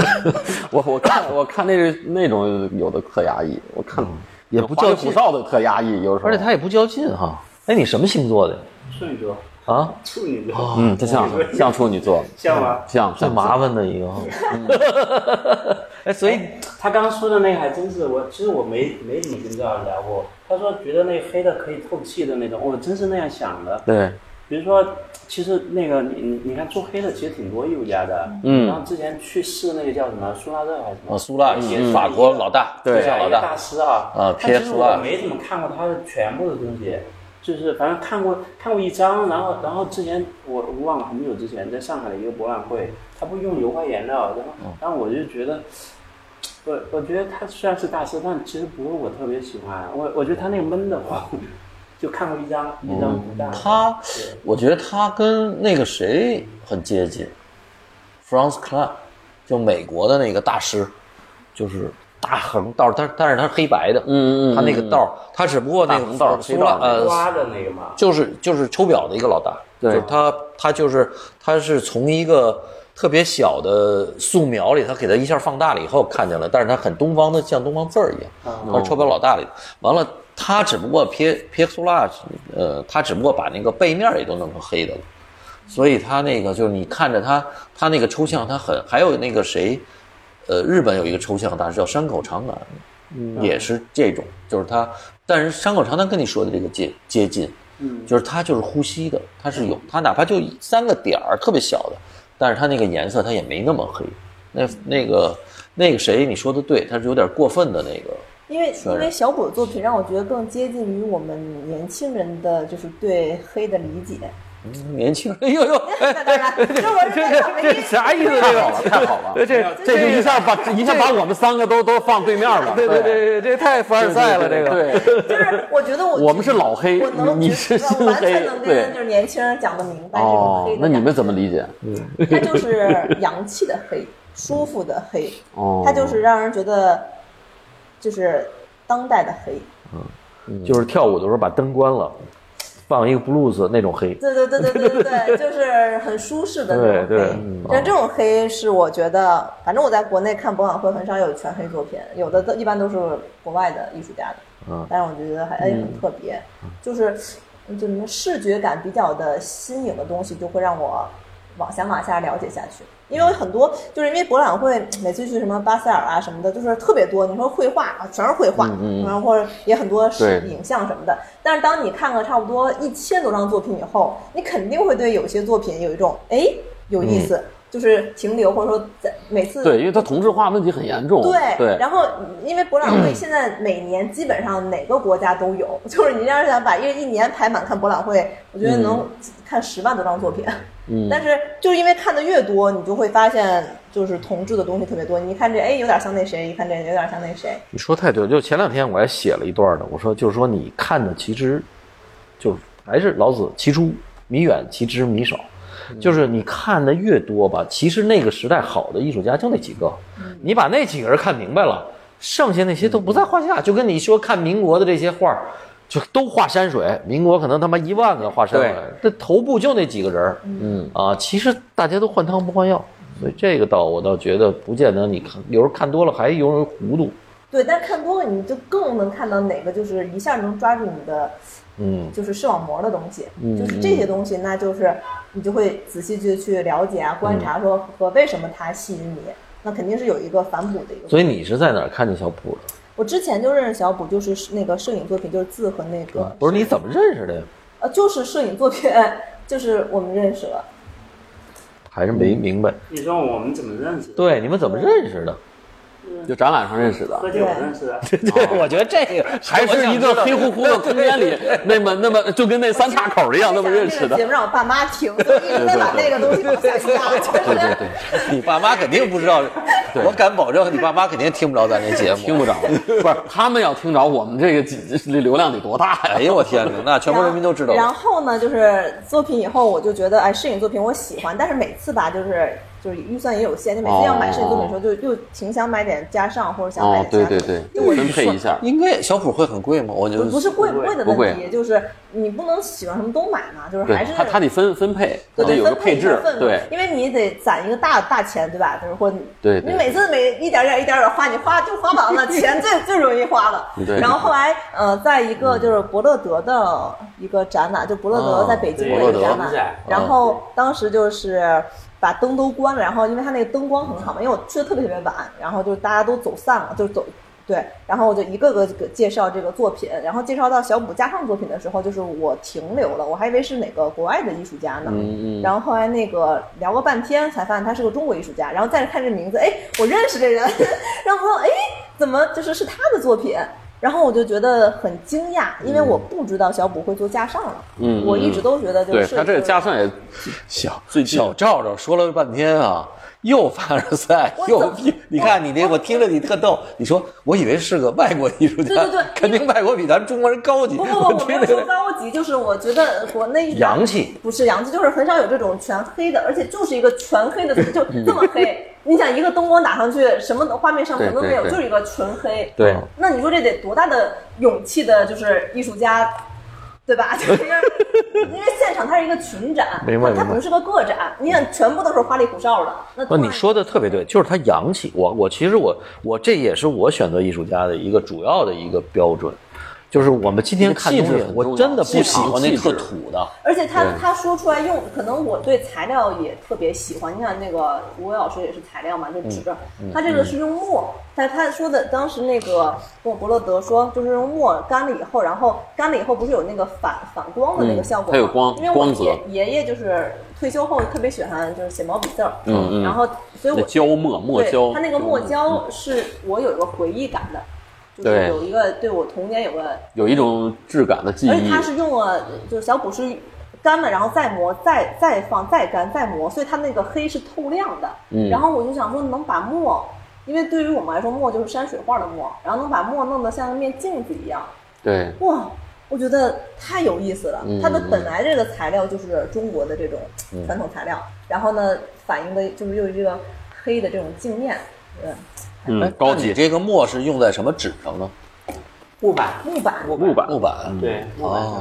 S7: 我我看我看那个那种有的特压抑，我看
S5: 也不较
S7: 花里
S5: 劲
S7: 胡哨的特压抑，有时候。
S5: 而且他也不较劲哈。哎，你什么星座的
S3: 处女座，
S5: 啊？
S3: 处女座，
S7: 嗯，他像像处女座，
S3: *laughs* 像吗？
S7: 像
S5: 最
S7: 像
S5: 麻烦的
S1: *laughs*
S5: 一个哈。哎，所以
S3: 他刚刚说的那个还真是我，其实我没没怎么跟赵老师聊过。他说觉得那黑的可以透气的那种，我真是那样想的。
S7: 对，
S3: 比如说，其实那个你你你看做黑的其实挺多艺术家的，
S7: 嗯
S3: 然后之前去试那个叫什么苏拉热还是什
S1: 啊，
S3: 么，
S1: 苏拉
S3: 嗯
S1: 法国老大，
S5: 嗯
S7: 对
S1: 小老
S3: 一个大
S1: 大，
S3: 师啊，
S1: 啊
S3: 但其实
S1: PS
S3: 我
S1: 啊
S3: 没怎么看过他的全部的东西，就是反正看过看过一张，然后然后之前我我忘了很久之前在上海的一个博览会，他不用油画颜料，然后然后我就觉得。我我觉得他虽然是大师，但其实不是我特别喜欢。我我觉得他那个闷的慌，就看过一张一张不大。
S1: 他
S3: 对
S1: 我觉得他跟那个谁很接近，Franz Klein，就美国的那个大师，就是大横道，但但是他是黑白的，
S7: 嗯嗯嗯
S1: 他那个道儿，他只不过那
S7: 大
S1: 个
S7: 横道
S1: 苏
S7: 黑
S1: 拉
S7: 道那
S1: 呃，
S3: 花的那个嘛，
S1: 就是就是抽表的一个老大，
S7: 对
S1: 就是他他就是他是从一个。特别小的素描里，他给他一下放大了以后看见了，但是他很东方的，像东方字儿一样。他是臭表老大里的。完了，他只不过撇撇苏拉，呃，他只不过把那个背面也都弄成黑的了，所以他那个就是你看着他，他那个抽象，他很还有那个谁，呃，日本有一个抽象大师叫山口长男，也是这种，就是他，但是山口长男跟你说的这个接接近，
S3: 嗯
S1: 就是他就是呼吸的，他是有他哪怕就三个点儿特别小的，但是他那个颜色他也没那么黑，那那个。那个谁，你说的对，他是有点过分的那个，
S2: 因为
S1: 是
S2: 因为小果的作品让我觉得更接近于我们年轻人的就是对黑的理解。 *laughs*
S1: 年轻人，哎呦呦，
S2: 那当然，这我是在想的意思。
S5: 啥意思？这
S7: 太好了，太好了，
S5: *laughs* 这这
S7: 这就一下把一下把我们三个都都放对面了，
S5: 对对对对，这太凡尔赛了，这个。
S7: 对。
S2: 就是我觉得我
S7: 我们是老黑
S2: 我能
S7: 你
S2: 觉
S7: 是
S2: 我完全
S7: 新
S2: 能跟
S7: 黑对
S2: 就是年轻人讲的明白这种
S7: 哦
S2: 黑，的
S7: 那你
S2: 感觉
S7: 们。怎么理解？
S2: 它就是洋气的
S7: *laughs*
S2: 黑，舒服的黑，
S7: 哦，
S2: 它就是让人觉得就是当代的黑。
S7: 嗯
S5: 就是跳舞的时候把灯关了，放一个 blues 那种黑。
S2: 对对对对对对
S7: *laughs*
S2: 对，就是很舒适的那种
S5: 对对
S2: 黑。
S7: 嗯
S2: 但这种黑是我觉得，反正我在国内看博览会很少有全黑作品，有的都一般都是国外的艺术家的。
S5: 嗯，
S2: 但是我觉得还哎很特别，就是就什么视觉感比较的新颖的东西，就会让我往想往下了解下去。因为很多就是因为博览会每次去什么巴塞尔啊什么的，就是特别多。你说绘画啊，全是绘画，
S5: 嗯
S2: 然后或者也很多是
S7: 对
S2: 影像什么的。但是当你看了差不多一千多张作品以后，你肯定会对有些作品有一种哎有意
S5: 嗯
S2: 思，就是停留或者说在每次
S7: 对，因为他同质化问题很严重。
S2: 对，
S7: 对，
S2: 然后因为博览会现在每年基本上哪个国家都有， *laughs* 就是你要是想把一一年排满看博览会，我觉得能看十万多张作品。嗯，但是就是因为看的越多，你就会发现就是同质的东西特别多。你一看这哎有点像那谁，一看这有点像那谁，
S5: 你说太对了，就前两天我还写了一段呢，我说就是说你看的其实，就是还是老子其出弥远，其知弥少。就是你看的越多吧，其实那个时代好的艺术家就那几个，你把那几个人看明白了，剩下那些都不在话下。就跟你说看民国的这些画儿，就都画山水，民国可能他妈一万个画山水，这头部就那几个人儿，嗯啊，其实大家都换汤不换药，所以这个倒我倒觉得不见得你看，有时候看多了还有人糊涂，
S2: 对，但看多了你就更能看到哪个就是一下能抓住你的
S5: 嗯，
S2: 就是视网膜的东西，就是这些东西，那就是你就会仔细去去了解啊，观
S5: 嗯
S2: 察说和为什么它吸引你，那肯定是有一个反哺的一个。
S5: 所以你是在哪儿看见小普的？
S2: 我之前就认识小卜，就是那个摄影作品，就是字和那个
S5: 啊不是你怎么认识的呀？
S2: 呃，就是摄影作品，就是我们认识了。
S5: 还是没明白。
S3: 你说我们怎么认识的？
S5: 嗯对，你们怎么认识的？
S7: 就展览上认识的，
S3: 喝酒认识的，
S5: *laughs* 对，我觉得这个
S7: 还是一个黑乎乎的空间里，那么那么就跟那三岔口一样那么认识
S2: 这个节
S7: 的。
S2: 目让我爸妈听，所以一直在把那个东西往下
S5: *laughs* 对
S2: 压。
S5: 对，你爸妈肯定不知道，我敢保证你爸妈肯定听不着咱这节目，
S7: 听不着，不是他们要听着我们这个几这流量得多大呀？
S5: *laughs* 哎呦我天哪，那全国人民都知道
S2: 然
S5: 了。
S2: 后呢，就是作品以后，我就觉得哎，摄影作品我喜欢，但是每次吧，就是就是预算也有限，就每次要买摄影作品的时候，就又挺想买点加上或者想买
S7: 哦，对
S2: 点加
S7: 对
S2: 上。
S7: 对
S2: 就我，
S7: 分配一下。
S5: 应该小普会很贵吗？我觉得
S2: 不不是贵不贵的
S7: 不贵
S2: 问题，就是你不能喜欢什么都买嘛，就是还是
S7: 对他，他得分分配，他得有个
S2: 分配
S7: 配置
S2: 一份，嘛
S7: 对，
S2: 因为你得攒一个大大钱，对吧？就是或你
S7: 对对
S2: 你每次每一点点一点点花，你花就花完了，钱最最容易花了。
S7: *laughs* 对
S2: 然后后来，呃，在一个就是伯乐德的一个展览，就伯乐
S7: 啊
S2: 德在北京的一个展
S3: 伯乐德
S2: 览，然后当时就是。把灯都关了，然后因为他那个灯光很好嘛，因为我去的特别特别晚，然后就是大家都走散了，就走对，然后我就一个个给介绍这个作品，然后介绍到小卜加上作品的时候，就是我停留了，我还以为是哪个国外的艺术家呢，
S7: 嗯嗯
S2: 然后后来那个聊了半天，才发现他是个中国艺术家，然后再看这名字，哎，我认识这人， *laughs* 然后我说，哎，怎么就是是他的作品？然后我就觉得很惊讶，因为我不知道小卜会做架上了，
S7: 嗯嗯
S2: 我一直都觉得就
S7: 对
S2: 是
S7: 他这个加上也
S5: 小
S7: 最近
S5: 小赵赵说了半天啊，又凡尔赛
S2: 我
S5: 又
S2: 怎么
S5: 你你看你这，我听着你特逗。你说我以为是个外国艺术家，
S2: 对对对
S5: 肯定外国比咱中国人高级。
S2: 不不不，我没
S5: *laughs* 听
S2: 有说
S5: 着
S2: 高级，就是我觉得国内艺术家
S5: 洋气，
S2: 不是洋气，就是很少有这种全黑的，而且就是一个全
S5: *laughs*
S2: 黑的，就这么黑。你想一个灯光打上去，什么都画面上什么都没有，
S7: 对对
S2: 就
S7: 对
S2: 是一个纯黑。
S5: 对
S2: 那你说这得多大的勇气的，就是艺术家，对
S5: *laughs*
S2: 吧？就是因为现场它是一个群展，
S5: 明白
S2: 它它
S5: 明白
S2: 不是个个展。你想全部都是花里胡哨的，那
S5: 不，
S2: 当然
S5: 你说的特别对，就是他洋气。我我其实我我这也是我选择艺术家的一个主要的一个标准，就是我们今天看东
S7: 气质
S5: 西
S7: 很，重要
S5: 我真的不
S7: 气
S5: 喜
S1: 哦
S7: 场
S5: 欢那
S7: 气质
S5: 特土的。
S2: 而且他他说出来用，可能我对材料也特别喜欢。你看那个吴伟老师也是材料嘛，就纸，
S7: 嗯
S2: 他这个是用墨。但他说的当时那个跟我伯乐德说，就是用墨干了以后，然后干了以后不是有那个反反光的那个
S7: 嗯
S2: 效果吗？
S7: 它有光
S2: 因为我
S7: 光泽
S2: 爷爷爷就是退休后特别喜欢就是写毛笔字儿，
S7: 嗯嗯
S2: 然后所以我
S7: 那胶墨墨
S2: 对
S7: 胶，嗯
S2: 他那个墨胶是我有一个回忆感的，就是
S7: 对
S2: 有一个对我童年有个
S7: 有一种质感的记
S2: 而且它
S7: 忆，
S2: 是用了，就是小补是干了，然后再磨，再再放，再干，再磨，所以它那个黑是透亮的。
S7: 嗯
S2: 然后我就想说，能把墨，因为对于我们来说，墨就是山水画的墨，然后能把墨弄得像一面镜子一样，
S7: 对，
S2: 哇！我觉得太有意思了，
S7: 嗯
S2: 它的本来这个材料就是中国的这种传统材料，然后呢，反映的就是用这个黑的这种镜面，嗯，
S7: 嗯，高
S5: 那你
S7: 级。
S5: 这个墨是用在什么纸上呢？
S3: 木板，
S2: 木板
S3: 木板，
S5: 木
S7: 嗯
S5: 板。
S3: 对，木板上的。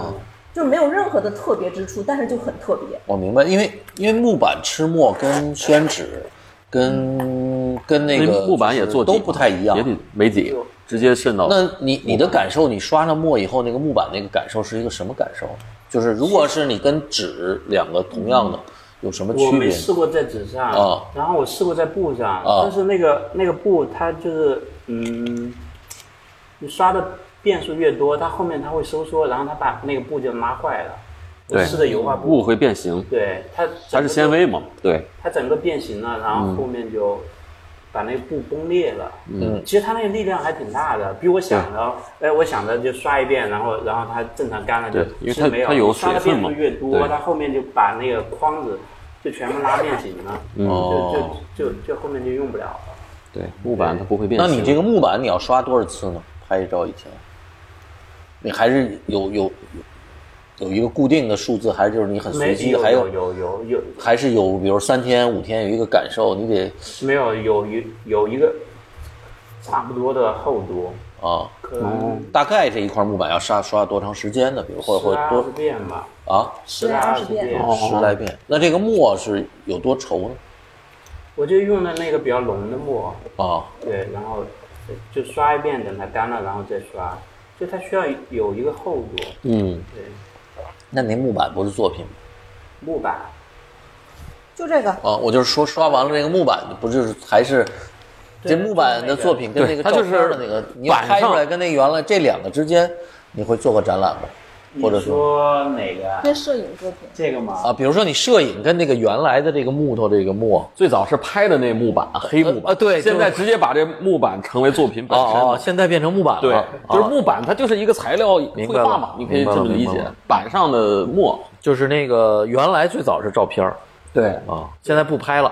S2: 就是没有任何的特别之处，但是就很特别，
S5: 我明白，因为因为木板吃墨跟宣纸，跟跟那个
S7: 木板也
S5: 就是
S7: 做底
S5: 都不太一样
S7: 也。得没底，直接渗到。
S5: 那你你的感受，你刷上墨以后，那个木板那个感受是一个什么感受？就是如果是你跟纸两个同样的，有什么
S3: 我
S5: 区
S3: 没
S5: 别？
S3: 试过在纸上，
S5: 啊
S3: 然后我试过在布上，
S5: 啊
S3: 但是那个那个布它就是，嗯，你刷的变数越多，它后面它会收缩，然后它把那个布就拉坏了。我
S7: 对
S3: 试的油画布，
S7: 雾会变形，
S3: 对它
S7: 它
S3: 整个
S7: 是纤
S3: 就，
S7: 维嘛？对，
S3: 它整个变形了，然后后面就把那个布崩裂了。嗯，其实它那个力量还挺大的，比我想的，哎，我想的就刷一遍，然后然后它正常干了就
S7: 对，因为
S3: 其
S7: 它
S3: 实没有，
S7: 它有
S3: 你刷的
S7: 水分
S3: 变
S7: 嘛
S3: 数越多，
S7: 对
S3: 它后面就把那个框子。就全部拉变形了，
S5: 哦
S3: 就就就就后面就用不了了。
S7: 对，木板它不会变
S5: 那
S7: 形。
S5: 你这个木板你要刷多少次呢？拍一张一天？你还是有有有一个固定的数字，还是就是你很
S3: 没
S5: 随机？
S3: 有
S5: 还
S3: 有有有有
S5: 还是有，比如三天五天有一个感受，你得
S3: 没有有有有一个差不多的厚度，
S5: 啊，
S3: 可能
S5: 大概这一块木板要刷刷多长时间呢？比如或者或
S3: 十
S5: 者
S3: 二
S5: 多
S3: 十遍吧，
S5: 啊
S2: 十
S3: 十
S2: 来
S3: 来
S2: 二
S3: 二
S2: 十
S3: 十
S2: 遍
S3: 遍。哦
S1: 哦
S5: 十来
S1: 啊
S5: 遍。那这个墨是有多稠呢？
S3: 我就用的那个比较浓的墨，
S5: 啊，
S3: 对，然后就刷一遍，等它干了，然后再刷，就它需要有一个厚度，
S5: 嗯，
S3: 对，
S5: 那您木板不是作品吗？
S3: 木板，
S2: 就这个。
S5: 啊，我就是说刷完了这个木板，不就是还是
S1: 这木板的作品跟那个
S7: 对它
S1: 照
S7: 就
S1: 片
S7: 是
S1: 的那个，你要
S7: 板
S1: 拍出来
S7: 上
S1: 跟那原来这两个之间，你会做个展览吗？或者
S3: 你说哪个啊？
S2: 跟摄影作品，
S3: 这个吗？
S1: 啊，比如说你摄影跟那个原来的这个木头这个木，
S7: 最早是拍的那木板，黑木板
S1: 呃对
S7: 现在直接把这木板成为作品本身了。啊
S1: 哦哦，现在变成木板了，
S7: 对，就
S1: 就是是
S7: 木板，它就是一个材料绘
S1: 明白了
S7: 画嘛，你可以这么理
S1: 明白了明白
S7: 解
S1: 了，
S7: 板上的墨。
S1: 就是那个原来最早是照片儿
S7: 对，
S1: 啊，现在不拍了，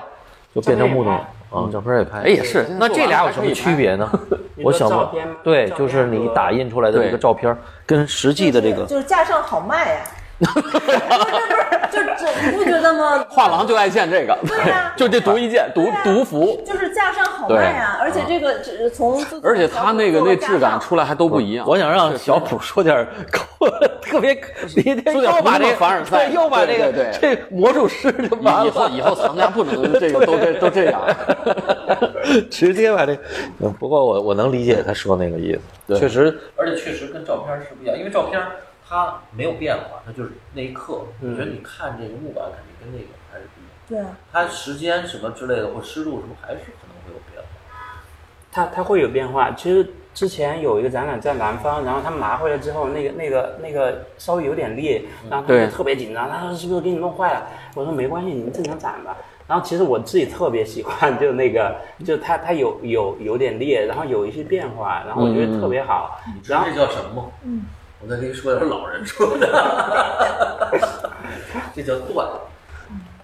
S1: 就变成木头了啊，照片儿也拍，
S7: 哎也是。
S1: 那这俩有什么区？别 *laughs*
S5: *laughs*
S1: 呢？
S3: 你说
S1: 我想
S3: 照
S1: 问
S3: 片吗，
S1: 对，
S3: 照片
S1: 就是你打印出来的这个
S7: 对
S1: 照片儿跟实际的这个
S2: 就是架上好卖
S7: *laughs*
S2: 呀、不是不是，就这你不觉得吗？
S7: 画廊就爱见这个，
S2: 对啊
S7: *laughs* 就这独一件，独
S2: 对啊
S7: 独服，
S2: 就是架上好卖呀、而且这个只从
S7: 而且它那个
S2: 啊
S7: 那质感出
S2: 来，
S7: 来还都不一样。
S1: 我想让小普说点儿高，特别 *laughs* 你这
S7: 说点
S1: 又把
S7: 不那
S1: 这
S7: 么凡尔赛
S1: 对又把这个
S7: 对对
S1: 这魔术师就
S7: 以
S1: 完
S7: 以后
S1: 了，
S7: 以后藏家 *laughs* 不能这个都这都这样。
S1: 直接把这。嗯不过我我能理解他说那个意思，确实
S5: 而且确实跟照片是不一样，因为照片它没有变化，它就是那一刻。我觉得你看这个木板肯定跟那个还是不一样，
S2: 对啊，
S5: 它时间什么之类的或湿度什么还是可能会有变化。
S3: 它它会有变化。其实之前有一个展览在南方，然后他们拿回来之后，那个那个那个稍微有点裂，
S1: 嗯
S3: 然后他
S7: 对
S3: 们就特别紧张，他说是不是给你弄坏了？我说没关系，你们正常展吧。然后其实我自己特别喜欢，就那个，就它它有有有点裂，然后有一些变化，然后我觉得特别好。
S5: 知
S3: 然
S5: 道
S3: 后
S5: 这叫什么吗？嗯，我再跟你说点老人说的， *laughs* 这叫断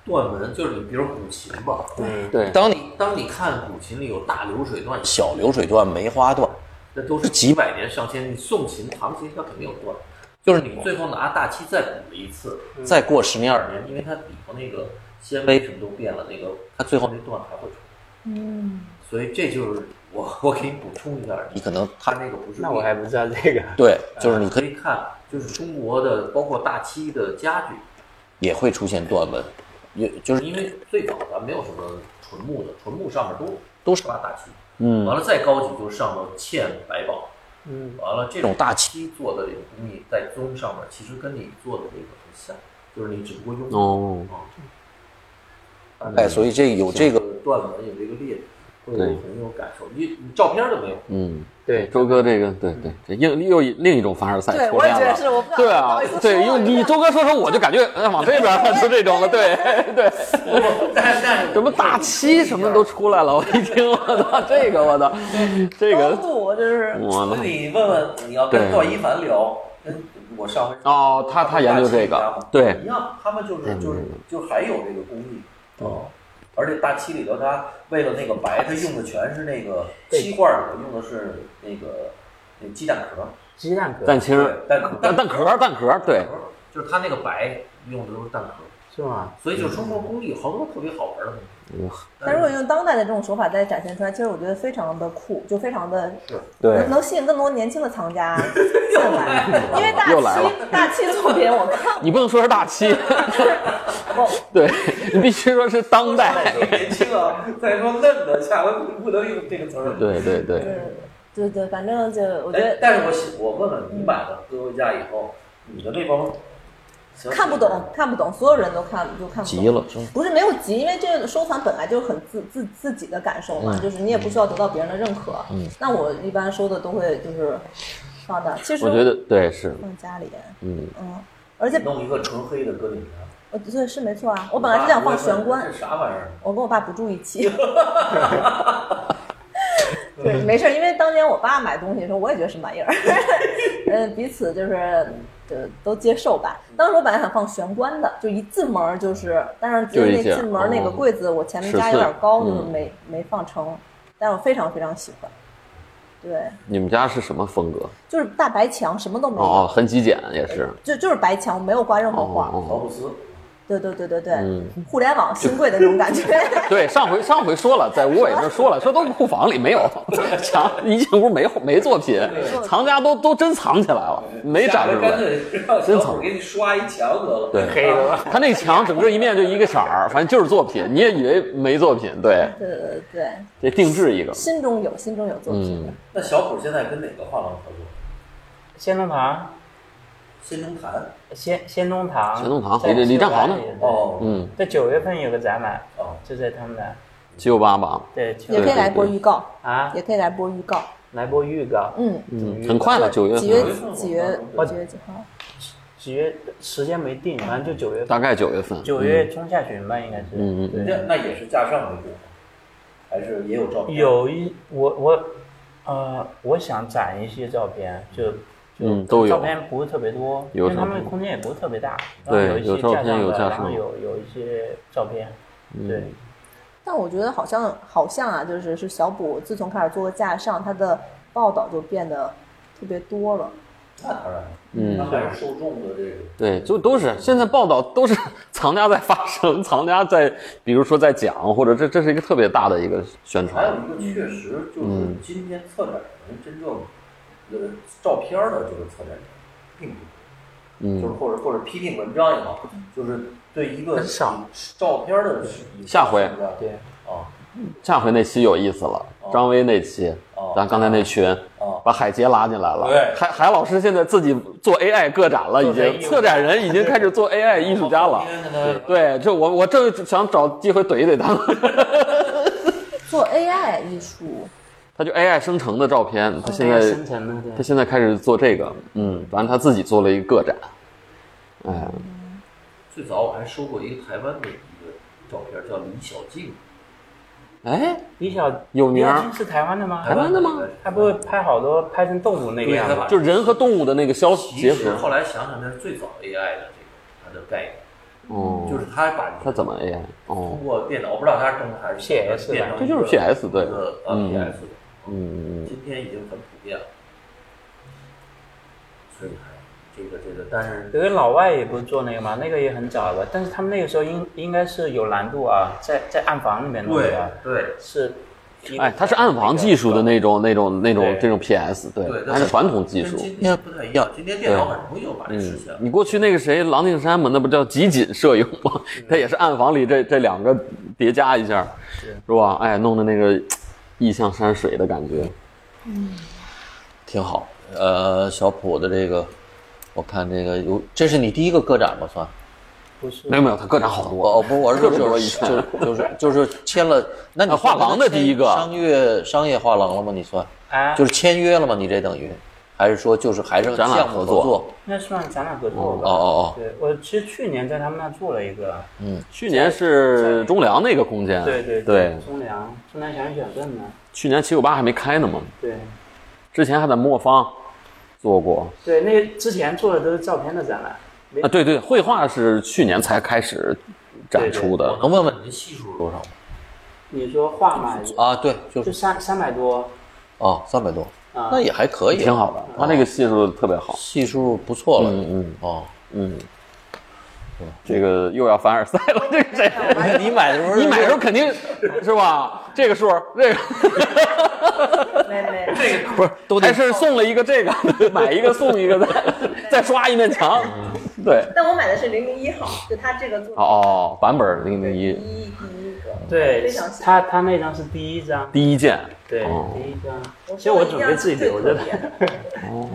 S5: 断门，就是你比如古琴吧，
S3: 嗯，
S7: 对，
S5: 当你当你看古琴里有大流水段，
S1: 小流水段、梅花段，
S5: 那都是几百年上千，你宋琴、唐琴它肯定有断，就是你最后拿大漆再补了一次，
S1: 嗯再过十年
S5: 第
S1: 二
S5: 二年，因为它里头那个纤维什么都变了，那个它最后那段还会出来，嗯，所以这就是我我给你补充一下，
S1: 你可能
S5: 它那个不是
S3: 那我
S5: 裂
S3: 还不知道这个。
S1: 对，就是你可
S5: 呃可
S1: 以
S5: 以看，就是中国的包括大漆的家具，
S1: 也会出现断纹，也就是
S5: 因为最早咱没有什么纯木的，纯木上面都
S1: 都
S5: 刷大漆，
S7: 嗯
S5: 完了再高级就上到嵌白宝，
S3: 嗯，
S5: 完了这
S1: 这种
S5: 种
S1: 大
S5: 漆做的这种工艺在宗上面其实跟你做的这个很像，就是你只不过用
S7: 哦
S5: 啊
S1: 哎，所以这有这
S5: 这
S1: 个
S5: 个断纹有这个裂，会有很有感受，你你照片都没有，
S7: 嗯，
S3: 对
S7: 周哥这个对对，这又又一另一种凡尔赛
S2: 对，
S7: 出
S2: 我也
S7: 现
S2: 觉得
S7: 了。
S2: 是，我不
S7: 对
S2: 不
S7: 啊
S2: 好意思，
S7: 对，
S2: 说
S7: 又你周哥说说，我就感觉 *laughs* 哎往这边了，就
S2: *laughs*
S7: 这种了，对对，
S5: 但但是
S7: 什么大漆什么都出来了， *laughs* 我一听，我操，这个我操，这
S2: 高
S7: 个
S2: 度就是
S7: 我
S5: 所
S7: 操
S5: 以你问问你要跟
S7: 对
S5: 段一凡聊，跟我上回
S7: 哦他他研究这个对
S5: 一样，他们就是
S1: 嗯
S5: 就是就是还有这个工艺哦。而且大漆里头，他为了那个白，他用的全是那个漆罐儿里头用的是那个那鸡蛋壳，
S3: 鸡蛋壳
S7: 蛋清儿，
S5: 蛋壳，
S7: 蛋蛋壳儿，蛋壳儿，对，
S5: 就是他那个白用的都是蛋壳，
S3: 是吗？
S5: 所以就是中国工艺好多特别好玩的东西。
S2: 但如果用当代的这种手法再展现出来，其实我觉得非常的酷，就非常的
S7: 对
S2: 能能吸引更多年轻的藏 *laughs* 家过来，因为大
S7: 又来了
S2: 漆大漆作品我看
S7: 你不能说是大漆，
S2: 过，
S7: 对你必须说是当代，
S5: 说年轻啊，再说嫩的，下回不不能用这个词儿。
S7: 对对对。
S2: 对对对，反正就我觉
S5: 哎，
S2: 得
S5: 但是我喜我问问你买了哥回家以后，你的那帮小
S2: 看不懂，看不懂，所有人都看就看不懂
S1: 急。了，
S2: 不是没有急，因为这个收藏本来就是很自自自己的感受嘛，就是你也不需要得到别人的认可。嗯，那我一般收的都会就是放到，其实
S7: 我觉得对是，
S2: 放家里，嗯嗯，而且
S5: 弄一个纯黑的搁里面。
S2: 呃对是没错啊，我本来是想放玄关
S5: 这，是啥玩意儿？
S2: 我跟我爸不住一起。对，没事儿，因为当年我爸买东西的时候，我也觉得是玩意儿，嗯，彼此就是就都接受吧。当时我本来想放玄关的，就一进门就是，但是因
S7: 就
S2: 为
S7: 一
S2: 那
S7: 件
S2: 进门那个
S7: 哦
S2: 柜子，我前面
S7: 尺
S2: 加有
S7: 寸
S2: 点高，就是
S7: 嗯
S2: 没没放成，但是我非常非常喜欢。对，
S7: 你们家是什么风格？
S2: 就是大白墙，什么都没有，
S7: 哦，很极简也是。
S2: 就就是白墙，没有挂任何画。
S7: 哦嗯
S5: 乔布斯，
S2: 对对对对对，互联网新贵的那种
S7: *laughs*
S2: 感觉。 *laughs*
S7: 对，上回上回说了，在吴伟这说了，说都库房里没有，墙一进屋没没作品，藏家都都真藏起来了，没
S5: 下
S7: 展
S5: 回
S7: 出
S5: 干
S7: 来。
S5: 脆让
S7: 真
S5: 小伙
S7: 藏
S5: 儿给你刷一墙得了。
S7: 对
S3: 黑的吧？
S7: 他那墙整个一面就一个色儿，反正就是作品，你也以为没作品，对，
S2: 对对对对，
S7: 这定制一个。
S2: 心中有，心中有作品的。
S5: 那小虎现在跟哪个画廊合作？
S3: 仙农堂，
S5: 新中坛。
S3: 仙仙农堂，
S7: 仙农堂
S3: 在
S7: 李李占豪呢
S3: 九八年
S5: 哦，
S7: 嗯，
S3: 在九月份有个展览，
S5: 哦，
S3: 就在他们那儿。
S7: 七九八吧，
S3: 对，
S2: 也可以来播预告，
S3: 啊，
S2: 也可以来播预告。
S3: 来播预告，
S2: 嗯，
S3: 嗯
S7: 很快了，九月
S2: 几
S7: 份
S2: 月
S7: 了
S2: 几月
S3: 我
S2: 几月几号？
S3: 几月时间没定，反正就九月份，
S7: 大概九月份，
S3: 九月中下旬吧，应该是。
S7: 嗯嗯嗯
S3: 对
S8: 那那也是架上为主，还是也有照片？
S3: 有一我我呃，我想攒一些照片，就
S7: 嗯都有
S3: 照片不是特别多，
S7: 有
S3: 因为
S7: 照
S3: 他
S7: 片
S3: 们空间也不是特别大，
S7: 对
S3: 然后有
S7: 有
S3: 一些
S7: 照
S3: 架
S7: 片
S3: 上
S7: 有
S3: 的，
S7: 架
S3: 然后
S7: 上的嗯
S3: 有有一些照片，对，
S2: 但我觉得好像好像啊，就是是小补自从开始做架上，他的报道就变得特别多了。
S8: 那当然，嗯，那还是受众的这个。
S7: 对，就都是现在报道都是藏家在发声，藏家在，比如说在讲，或者这这是一个特别大的一个宣
S8: 还有
S7: 传，
S8: 一个确实就是今天策展人真正呃照片儿的这个策展人，并不多，就是
S7: 嗯，
S8: 或者或者批评文章也好，就是对一个
S3: 很少
S8: 照片儿的
S7: 下回哦
S3: 对
S8: 啊
S7: 下回那期有意思了，张威那期
S8: 哦，
S7: 咱刚才那群
S8: 哦，
S7: 把海杰拉进来了，
S8: 对
S7: 海海老师现在自己做 AI 个展了，已
S3: 做 AI
S7: 经策展人已经开始做 AI 艺术家了，对，这我我正想找机会怼一怼他们， *laughs*
S2: 做 AI 艺术，
S7: 他就 AI 生成的照片，他现在
S3: 生成的
S7: 他
S3: 对，
S7: 现在开始做这个，嗯，完了他自己做了一个个展，哎，
S8: 最早我还收过一个台湾的一个照片儿，叫李小静，
S7: 哎，
S3: 李小
S7: 有名儿
S3: 李小静是台湾的吗？
S8: 台湾的吗
S3: 他不会拍好多拍成动物那个
S8: 对，
S3: 样
S8: 他
S3: 子
S8: 把
S3: 吧？
S7: 就是人和动物的那个消
S8: 其
S7: 结
S8: 实后
S7: 合。
S8: 来想想，那是最早 AI 的这个它的概念，
S7: 哦，
S8: 就是他把
S7: 它怎么 AI？哦
S8: 通，过电脑，我不知道它是正常还是
S3: PS
S8: 变成
S7: 这就是 PS 对
S8: 呃
S7: 嗯
S8: PS
S7: 嗯嗯
S8: 今天已经很普遍了，所以还这个这个，但是
S3: 有个老外也不是做那个嘛，那个也很早了吧？但是他们那个时候应应该是有难度啊，在在暗房里面弄的吧，
S8: 对
S3: 是一
S7: 嗯，
S3: 个，
S7: 哎，它是暗房技术的那种、那种、那种
S3: 对
S7: 这种 PS，对
S8: 对，，
S7: 它是传统技
S8: 跟
S7: 术。
S8: 今天不太一样，今天电脑很容易就把
S1: 嗯
S8: 这实现了。
S7: 你过去那个谁，郎静山嘛，那不叫集锦摄影吗？他也是暗房里这这两个叠加一下，是吧？哎，弄的那个意象山水的感觉，
S9: 挺好。呃，小普的这个，我看这个有，这是你第一个个展吧？算？
S3: 不是
S7: 没有没有，他个展好多。
S9: 哦，不，我是说
S7: 这么
S9: 就
S7: 多
S9: 是
S7: 艺术
S9: 就是就是就是签了， *laughs* 那你
S7: 啊画廊的第一个
S9: 商业商业画廊了吗？你算
S3: 啊，
S9: 就是签约了吗？你这等于还是说就是还是
S7: 展览
S9: 项目
S7: 合
S9: 合
S7: 作
S9: 作？
S3: 那算咱俩合作
S9: 哦
S3: 吧？
S9: 哦哦，
S3: 对，我其实去年在他们那做了一个，
S7: 去年是中粮那个空间，
S3: 对对
S7: 对，
S3: 中粮中粮小小镇呢，
S7: 去年七九八还没开呢嘛，
S3: 对
S7: 之前还在磨坊做过
S3: 对，那个之前做的都是照片的展览，没
S7: 啊，对对，绘画是去年才开始展出的
S8: 我，能问问你的系数多少吗？哦
S3: 你说画嘛，
S9: 啊，对，就
S3: 就是三三百多
S9: 哦，三百多，
S3: 啊，
S9: 那也还可以，
S7: 挺好的，他那个系数特别好。
S9: 系数不错了。
S7: 嗯嗯
S9: 哦，
S7: 嗯，这个又要凡尔赛了，这个谁？
S9: 你买的时候
S7: *laughs* 你买的时候肯定是吧？这个数，这个
S2: 没没，
S7: *laughs* 不是都还是送了一个这个， *laughs* 买一个送一个，再 *laughs* 再刷一面墙。对，
S2: 但我买的是零零一号，就他这个做
S7: 哦，版本零零
S2: 第
S7: 一
S2: 一第一个，
S3: 对
S2: 非常细，
S3: 他他那张是第一张，
S7: 第一件，
S3: 对
S7: 哦
S3: 第一张，其实
S2: 说
S3: 我
S2: 一定
S3: 准
S2: 要
S3: 备自己
S2: 最
S3: 留着
S2: 特
S3: 的。
S2: 别的。哦，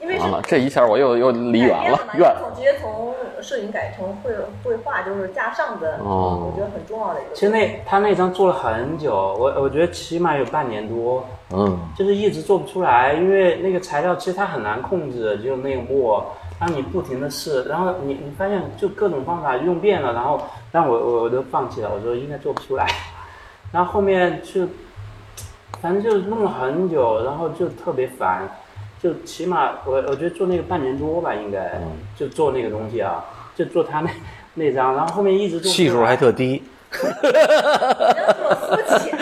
S2: 因为是
S7: 完了，这一下我又又离远了
S2: 改编，
S7: 远
S2: 的嘛
S7: 了。
S2: 从直接从摄影改成绘绘画，就是架上的，
S7: 哦
S2: 我觉得很重要的一个。
S3: 其实那他那张做了很久，我我觉得起码有半年多，
S9: 嗯，
S3: 就是一直做不出来，因为那个材料其实它很难控制，就那个墨，然后你不停的试，然后你你发现就各种方法用遍了，然后但我我我都放弃了，我说应该做不出来， *laughs* 然后后面就，反正就弄了很久，然后就特别烦，就起码我我觉得做那个半年多吧，应该
S9: 嗯
S3: 就做那个东西啊，就做他那那张，然后后面一直做不出
S9: 系数
S3: 来
S9: 还特低，
S2: 肤浅，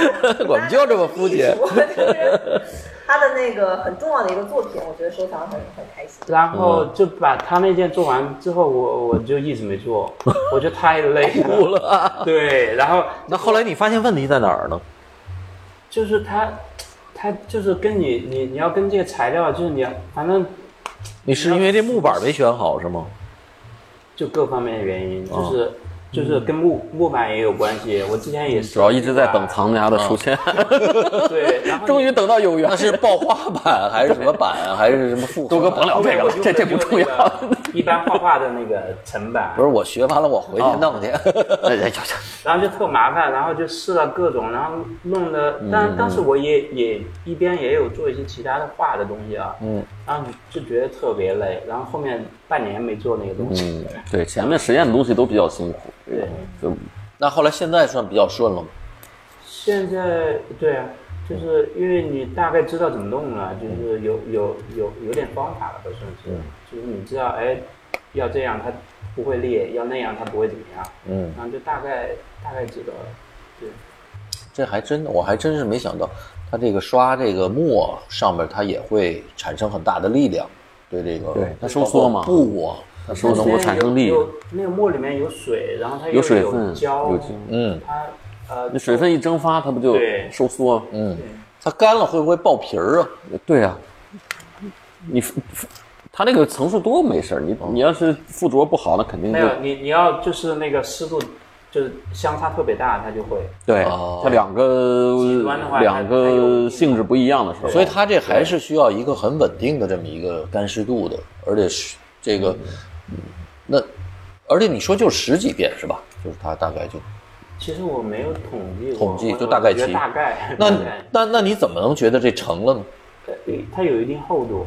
S9: 我们就这么肤浅。
S2: 就是他的那个很重要的一个作品，我觉得收藏很很开心。
S3: 然
S7: 嗯
S3: 后就把他那件做完之后，我我就一直没
S7: *laughs*
S3: 做，我就太累了。对，然后
S9: 那后来你发现问题在哪儿呢？
S3: 就是他，他就是跟你你你要跟这个材料，就是你要反正
S9: 你是因为这木板没选好是吗？
S7: 哦
S3: 就各方面的原因，就是就是跟木木板也有关系。我之前也是
S7: 嗯主要一直在等藏家的出现，
S3: 对，然后
S7: *laughs* 终于等到有缘
S1: 那。是爆花版还是什
S9: *laughs*
S1: 么版还是什么复合？
S7: 多哥甭聊这个
S3: 我
S7: 了
S3: 就，
S7: 这这不重要。。
S3: 一般画画的那个层板
S1: 不，是我学完了我回去弄去。
S7: 哎呀呀
S9: *laughs*
S7: 呀
S3: 然后就特麻烦，然后就试了各种，然后弄的，但当时我也也一边也有做一些其他的画的东西啊，嗯，然后就觉得特别累，然后后面半年没做那个东西，
S7: *laughs* 对，前面实验的东西都比较辛苦，
S3: 对，
S7: 就
S1: 那后来现在算比较顺了吗？
S3: 现在对啊，就是因为你大概知道怎么弄了，就是有有有有点方法了，都算是，就是你知道，哎，要这样它不会裂，要那样它不会怎么样，
S1: 嗯，
S3: 然后就大概大概知道了，对，
S1: 这还真的，我还真是没想到，它这个刷这个墨上面它也会产生很大的力量，对这个
S7: 对它收缩嘛
S1: 包括布啊，
S7: 它收能够产生力，
S3: 有那个墨里面有水，然后它又
S7: 有水分，
S3: 胶，
S7: 有精
S1: 嗯，
S3: 它呃
S7: 那水分一蒸发，它不就
S3: 对
S7: 收缩？嗯，
S1: 它干了会不会爆皮儿啊？
S7: 对呀、你它那个层数多没事儿，你你要是附着不好，那肯定
S3: 没
S7: 就
S3: 有你你要就是那个湿度就是相差特别大，它就会
S7: 对
S1: 哦，
S7: 它两
S3: 极
S7: 个
S3: 端的话
S7: 两
S3: 它它
S7: 个
S3: 有
S7: 性质不一样的时候，
S1: 所以它这还是需要一个很稳定的这么一个干湿度的，而且是这个，
S7: 嗯
S1: 那而且你说就十几遍是吧？就是它大概就，
S3: 其实我没有统计过，
S1: 统计
S3: 我
S1: 就大概
S3: 我觉得
S1: 齐
S3: 大概。
S1: 那
S3: 大
S1: 你
S3: 概
S1: 那那你怎么能觉得这成了呢？
S3: 呃它有一定厚度，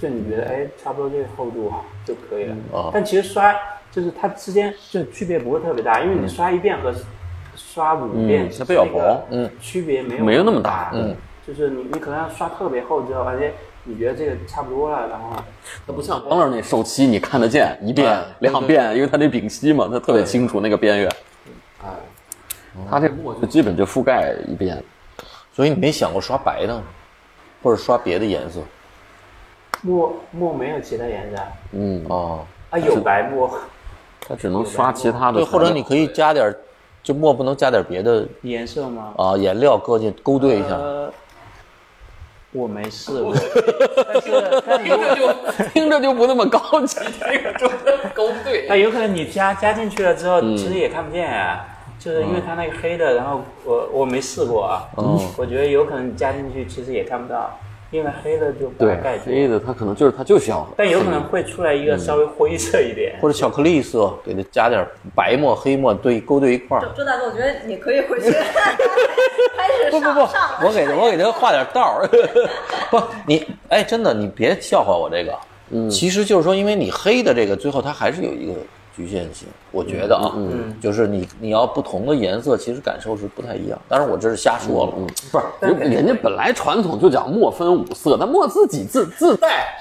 S3: 就你觉得哎，差不多这个厚度就可以了。
S7: 嗯啊
S1: 哦
S3: 但其实刷就是它之间就是区别不会特别大，因为你刷一遍和刷五遍
S7: 嗯
S3: 其实
S7: 它比较
S3: 那
S7: 薄
S3: 个
S1: 嗯，
S3: 区别没有
S7: 没有那么
S3: 大
S7: 大，
S3: 嗯，就是你你可能刷特别厚之后，而且你觉得这个差不多了，然后
S7: 它不像光乐那受漆，你看得见一遍
S1: 哎
S7: 两遍，因为它那丙烯嘛，它特别清楚那个边缘。它这墨就基本就覆盖一遍，
S1: 所以你没想过刷白的吗，或者刷别的颜色？
S3: 墨墨没有其他颜色
S7: 嗯，
S1: 哦，
S3: 啊，有白墨，
S7: 它只能刷其他的材
S1: 对，
S7: 料。
S1: 或者你可以加点儿，就墨不能加点儿别的
S3: 颜色吗？
S1: 啊颜料搁进勾兑一下。
S3: 呃，我没试
S7: *laughs*
S3: 过，但是但是如果
S7: 听着就不那么高级。
S3: 那有可能你加加进去了之后，
S1: 嗯
S3: 其实也看不见啊，就是因为它那个黑的，然后我我没试过啊，
S1: 嗯
S3: 我觉得有可能你加进去其实也看不到，因为黑的就把它
S7: 对
S3: 盖，住，
S7: 黑的它可能就是它就想，
S3: 但有可
S1: 嗯
S3: 能会出来一个稍微灰色一点，
S1: 或者巧克力色，给它加点儿白墨、黑墨对勾兑一块儿。
S2: 周大哥，我觉得你可以回去 *laughs* 开始
S1: 不不
S2: 上
S1: 不
S2: 上，
S1: 我给它我给它画点儿道儿。 *laughs* 不，你哎，真的，你别笑话我这个。嗯，其实就是说，因为你黑的这个，最后它还是有一个局限性，我觉得啊，嗯，就是你你要不同的颜色，其实感受是不太一样。当然，我这是瞎说了。嗯，
S7: 不是人人家本来传统就讲墨分五色，那墨自己自自带。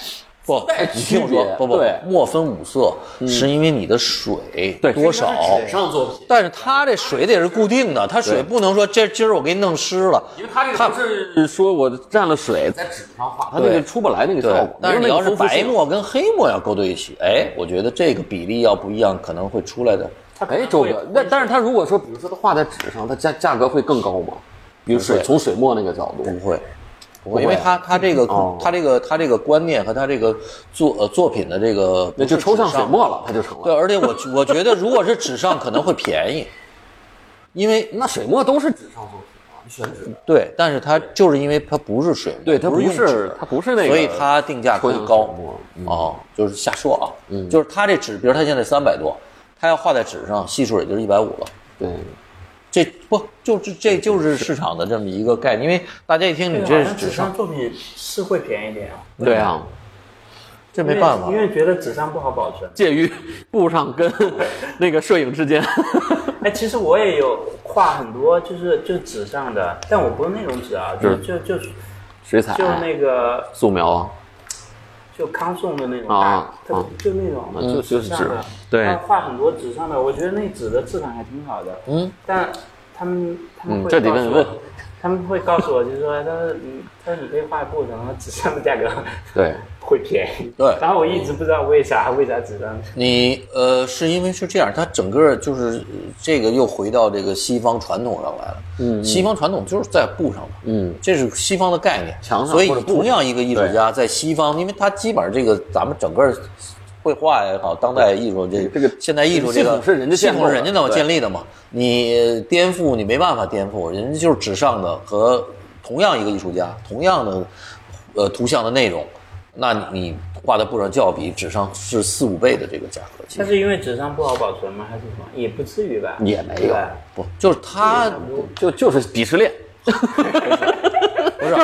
S1: 不，
S7: 带
S1: 你
S7: 区
S1: 听我说
S7: 别，
S1: 不不
S7: 对，嗯
S1: 墨分五色是因为你的水
S7: 对
S1: 多少，
S10: 纸上作品，
S1: 但是它这水得是固定的，它水不能说这今儿我给你弄湿了。
S10: 因为它这个不是
S7: 是说我蘸了水，
S10: 在纸上画，
S7: 它那个出不来那个效
S1: 对
S7: 果，。
S1: 但是
S7: 没
S1: 你
S7: 有
S1: 要
S7: 那个
S1: 是
S7: 丰富
S1: 白
S7: 性
S1: 墨跟黑墨要勾兑一起，哎，我觉得这个比例要不一样，可能会出来的。
S3: 它可
S7: 哎，
S3: 能
S7: 周
S3: 会
S7: 哥，那但是它如果说，比如说它画在纸上，它价价格会更高吗？比如水
S1: 不会
S7: 从水墨那个角度，
S1: 不会，不
S7: 会
S1: 因为他他这个
S7: 哦
S1: 他这个他这个观念和他这个作呃作品的这个，
S7: 那就抽象水墨了，它就成
S1: 对，
S7: 了。
S1: 而且我我觉得如果是纸上可能会便宜，因为
S7: 那水墨都是纸上作品啊，选纸。
S1: 对，但是它就是因为它不是水墨，
S7: 对，它
S1: 不
S7: 不
S1: 用
S7: 是
S1: 纸
S7: 它不是那个，
S1: 所以它定价
S7: 抽
S1: 会
S7: 象水
S1: 高
S7: 墨。嗯
S1: 哦，就是瞎说啊，就是它这纸，比如它现在三百多，它要画在纸上，系数也就是一百五了。
S7: 对，
S1: 这不就是这就是市场的这么一个概念，因为大家一听你
S3: 好
S1: 这是
S3: 像
S1: 纸
S3: 纸
S1: 上
S3: 上，作品是会便宜一点啊，
S7: 对啊，
S1: 这没办法
S3: 因。为觉得纸上不好保存。
S7: 介于布上 *laughs* 跟那个摄影之间，
S3: 哎，其实我也有画很多，就是就纸上的，但我不是那种纸啊，
S1: 嗯
S3: 就就就
S7: *laughs* 水彩啊
S3: 就那个
S7: 素描啊，
S3: 就康颂的那种
S7: 啊
S3: 大，它
S7: 啊
S3: 就那种
S7: 啊就就是
S3: 上的
S7: 纸，对
S3: 他画很多纸上的，我觉得那纸的质感还挺好的，嗯，但他们他们
S7: 嗯
S3: 会
S7: 这得
S3: 告诉
S7: 问
S3: 我
S7: 问，
S3: 他们会告诉我，就是说，他说嗯，他说你可以画布，然后纸上的价格 *laughs*
S7: 对，
S3: 会便宜，
S1: 对
S3: 然后我一直不知道为啥为啥纸上，
S1: 你呃，是因为是这样，它整个就是呃这个又回到这个西方传统上来了。嗯，西方传统就是在布上的，
S7: 嗯，
S1: 这是西方的概念。
S7: 墙上
S1: 所以
S7: 或者布上
S1: 同样一个艺术家在西方，因为他基本上这个咱们整个绘画也好，当代艺术这这个现代艺术这
S7: 系
S1: 个
S7: 统是人家
S1: 系
S7: 建构
S1: 统
S7: 的
S1: 是人家那么
S7: 对
S1: 建立的嘛，你呃颠覆你没办法颠覆，人家就是纸上的和同样一个艺术家，同样的呃图像的内容，那你画的不准就要比纸上是四五倍的这个价格，其
S3: 但
S1: 实
S3: 是因为纸上不好保存吗？还是什么？也不至于吧？
S7: 也没有
S3: 对吧
S1: 不就是他
S7: 就就是鄙视链。
S1: 不是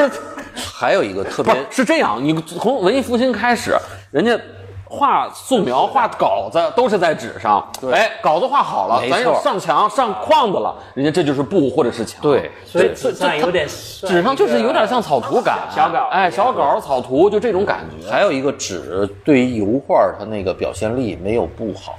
S1: 还有一个特
S7: 不
S1: 别
S7: 是是这样，你从文艺复兴开始，人家画素描、画稿子都是在纸上。哎，稿子画好了，
S1: 没
S7: 咱要
S1: 错
S7: 上墙、上框子了，人家这就是布或者是墙。
S1: 对，
S3: 所以纸上有点算
S7: 纸上就是
S3: 一个
S7: 有点像草图感，
S3: 小稿
S7: 哎，小稿、草图就这种感觉。
S1: 还有一个纸对于油画儿它那个表现力没有布好，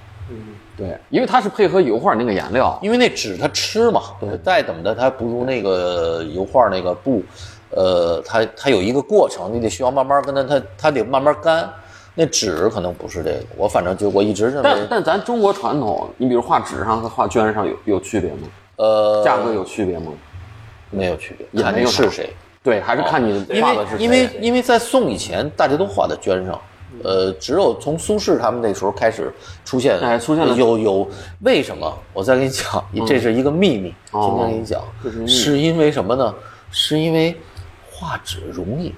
S7: 对，因为它是配合油画那个颜料，
S1: 因为那纸它吃嘛，再怎么的它不如那个油画那个布，呃，它它有一个过程，你得需要慢慢跟它，它它得慢慢干。那纸可能不是这个，我反正就我一直认
S7: 但
S1: 为，
S7: 但咱中国传统，你比如画纸上和画绢上有有区别吗？
S1: 呃，
S7: 价格有区别吗？
S1: 没有区别，
S7: 也
S1: 看
S7: 没
S1: 你
S7: 有
S1: 是
S7: 啥
S1: 谁。
S7: 对，还是看你
S1: 哦因
S7: 画
S1: 为
S7: 的是谁
S1: 因为因为在宋以前，大家都画在绢上，呃，只有从苏轼他们那时候开始出现，
S7: 哎出现了嗯
S1: 有有为什么？我再给你讲，这是一个秘密，
S7: 哦
S1: 今天给你讲，是因为什么呢？是因为画纸容易，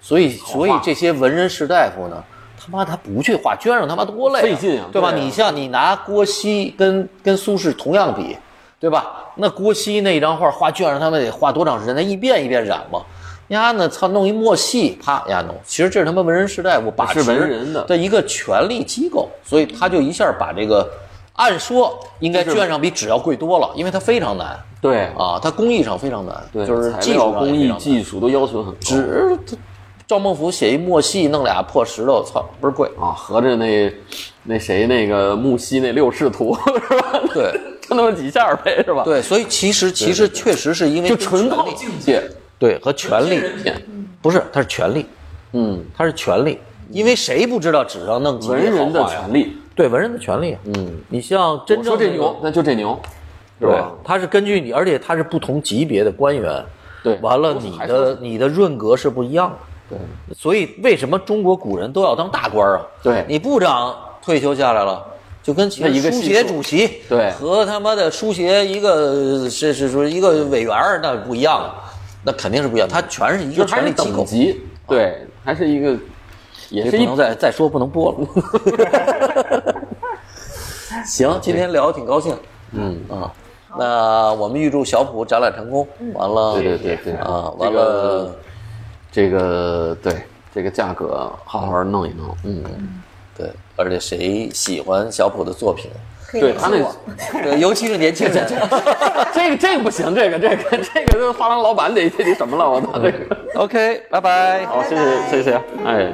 S1: 所以所以这些文人士大夫呢。他妈，他不去画绢上，他妈多累、啊，
S7: 费劲啊
S1: 对吧？
S7: 对啊
S1: 你像你拿郭熙跟跟苏轼同样比，对吧？那郭熙那一张画画卷上，他们得画多长时间？那一遍一遍染嘛。丫呢，操，弄一墨戏，啪，丫弄。其实这是他们文人时代我把持
S7: 是文人的
S1: 一个权力机构，所以他就一下把这个，按说应该卷上比纸要贵多了，因为它非常难
S7: 对
S1: 啊，它工艺上非常难，
S7: 对，
S1: 就是
S7: 材
S1: 技
S7: 料、
S1: 术上也
S7: 工
S1: 非
S7: 艺、
S1: 常难
S7: 技术都要求很高。
S1: 纸，它赵孟頫写一墨戏，弄俩破石头，操，倍儿贵。
S7: 啊，合着那那谁那个木西那六视图 *laughs* 是吧？
S1: 对，
S7: *laughs* 就那么几下呗，是吧？，
S1: 对，所以其实其实确实是因为
S7: 就
S1: 跟
S7: 纯
S1: 权
S7: 靠
S1: 力
S7: 境界。
S1: 对和权力，不是，它是权力。
S7: 嗯，
S1: 它是权利，因为谁不知道纸上弄几
S7: 文
S1: 笔好
S7: 人的
S1: 画呀
S7: 权利。
S1: 对文人的权利。嗯，你像真正
S7: 我说这
S1: 那
S7: 牛
S1: 种，
S7: 那就这牛，是
S1: 对
S7: 吧？，
S1: 它是根据你，而且它是不同级别的官员。
S7: 对
S1: 完了你
S7: 还
S1: 的你的润格是不一样的。对，所以为什么中国古人都要当大官儿啊？
S7: 对
S1: 你部长退休下来了。就跟其
S7: 那一
S1: 实
S7: 个
S1: 书
S7: 系
S1: 协
S7: 数
S1: 主席
S7: 对
S1: 和他妈的书协一个是是说一个委员儿那不一样了，那肯定是不一样，它全是一
S7: 就
S1: 个权
S7: 还
S1: 力
S7: 是
S1: 机
S7: 等
S1: 构。
S7: 级，对，还是一个，也是
S1: 这不
S7: 一
S1: 能再再说，不能播了。 *laughs* 行，今天聊得挺高兴，嗯啊，那我们预祝小普展览成功。完了，
S7: 对对对对
S1: 啊，
S7: 这
S1: 完
S7: 个
S1: 了，
S7: 这个对这个价格好好弄一弄，嗯，
S1: 对，而且谁喜欢小普的作品，
S2: 可以
S7: 对
S2: 联
S7: 他
S2: 系
S7: 那
S2: 我。
S1: 对，尤其是年轻人。
S7: 这个这个不行，这个这个这个这画廊老板得得什么了，我操这个，
S1: *laughs* OK，拜拜。
S7: 好，谢谢谢谢，哎。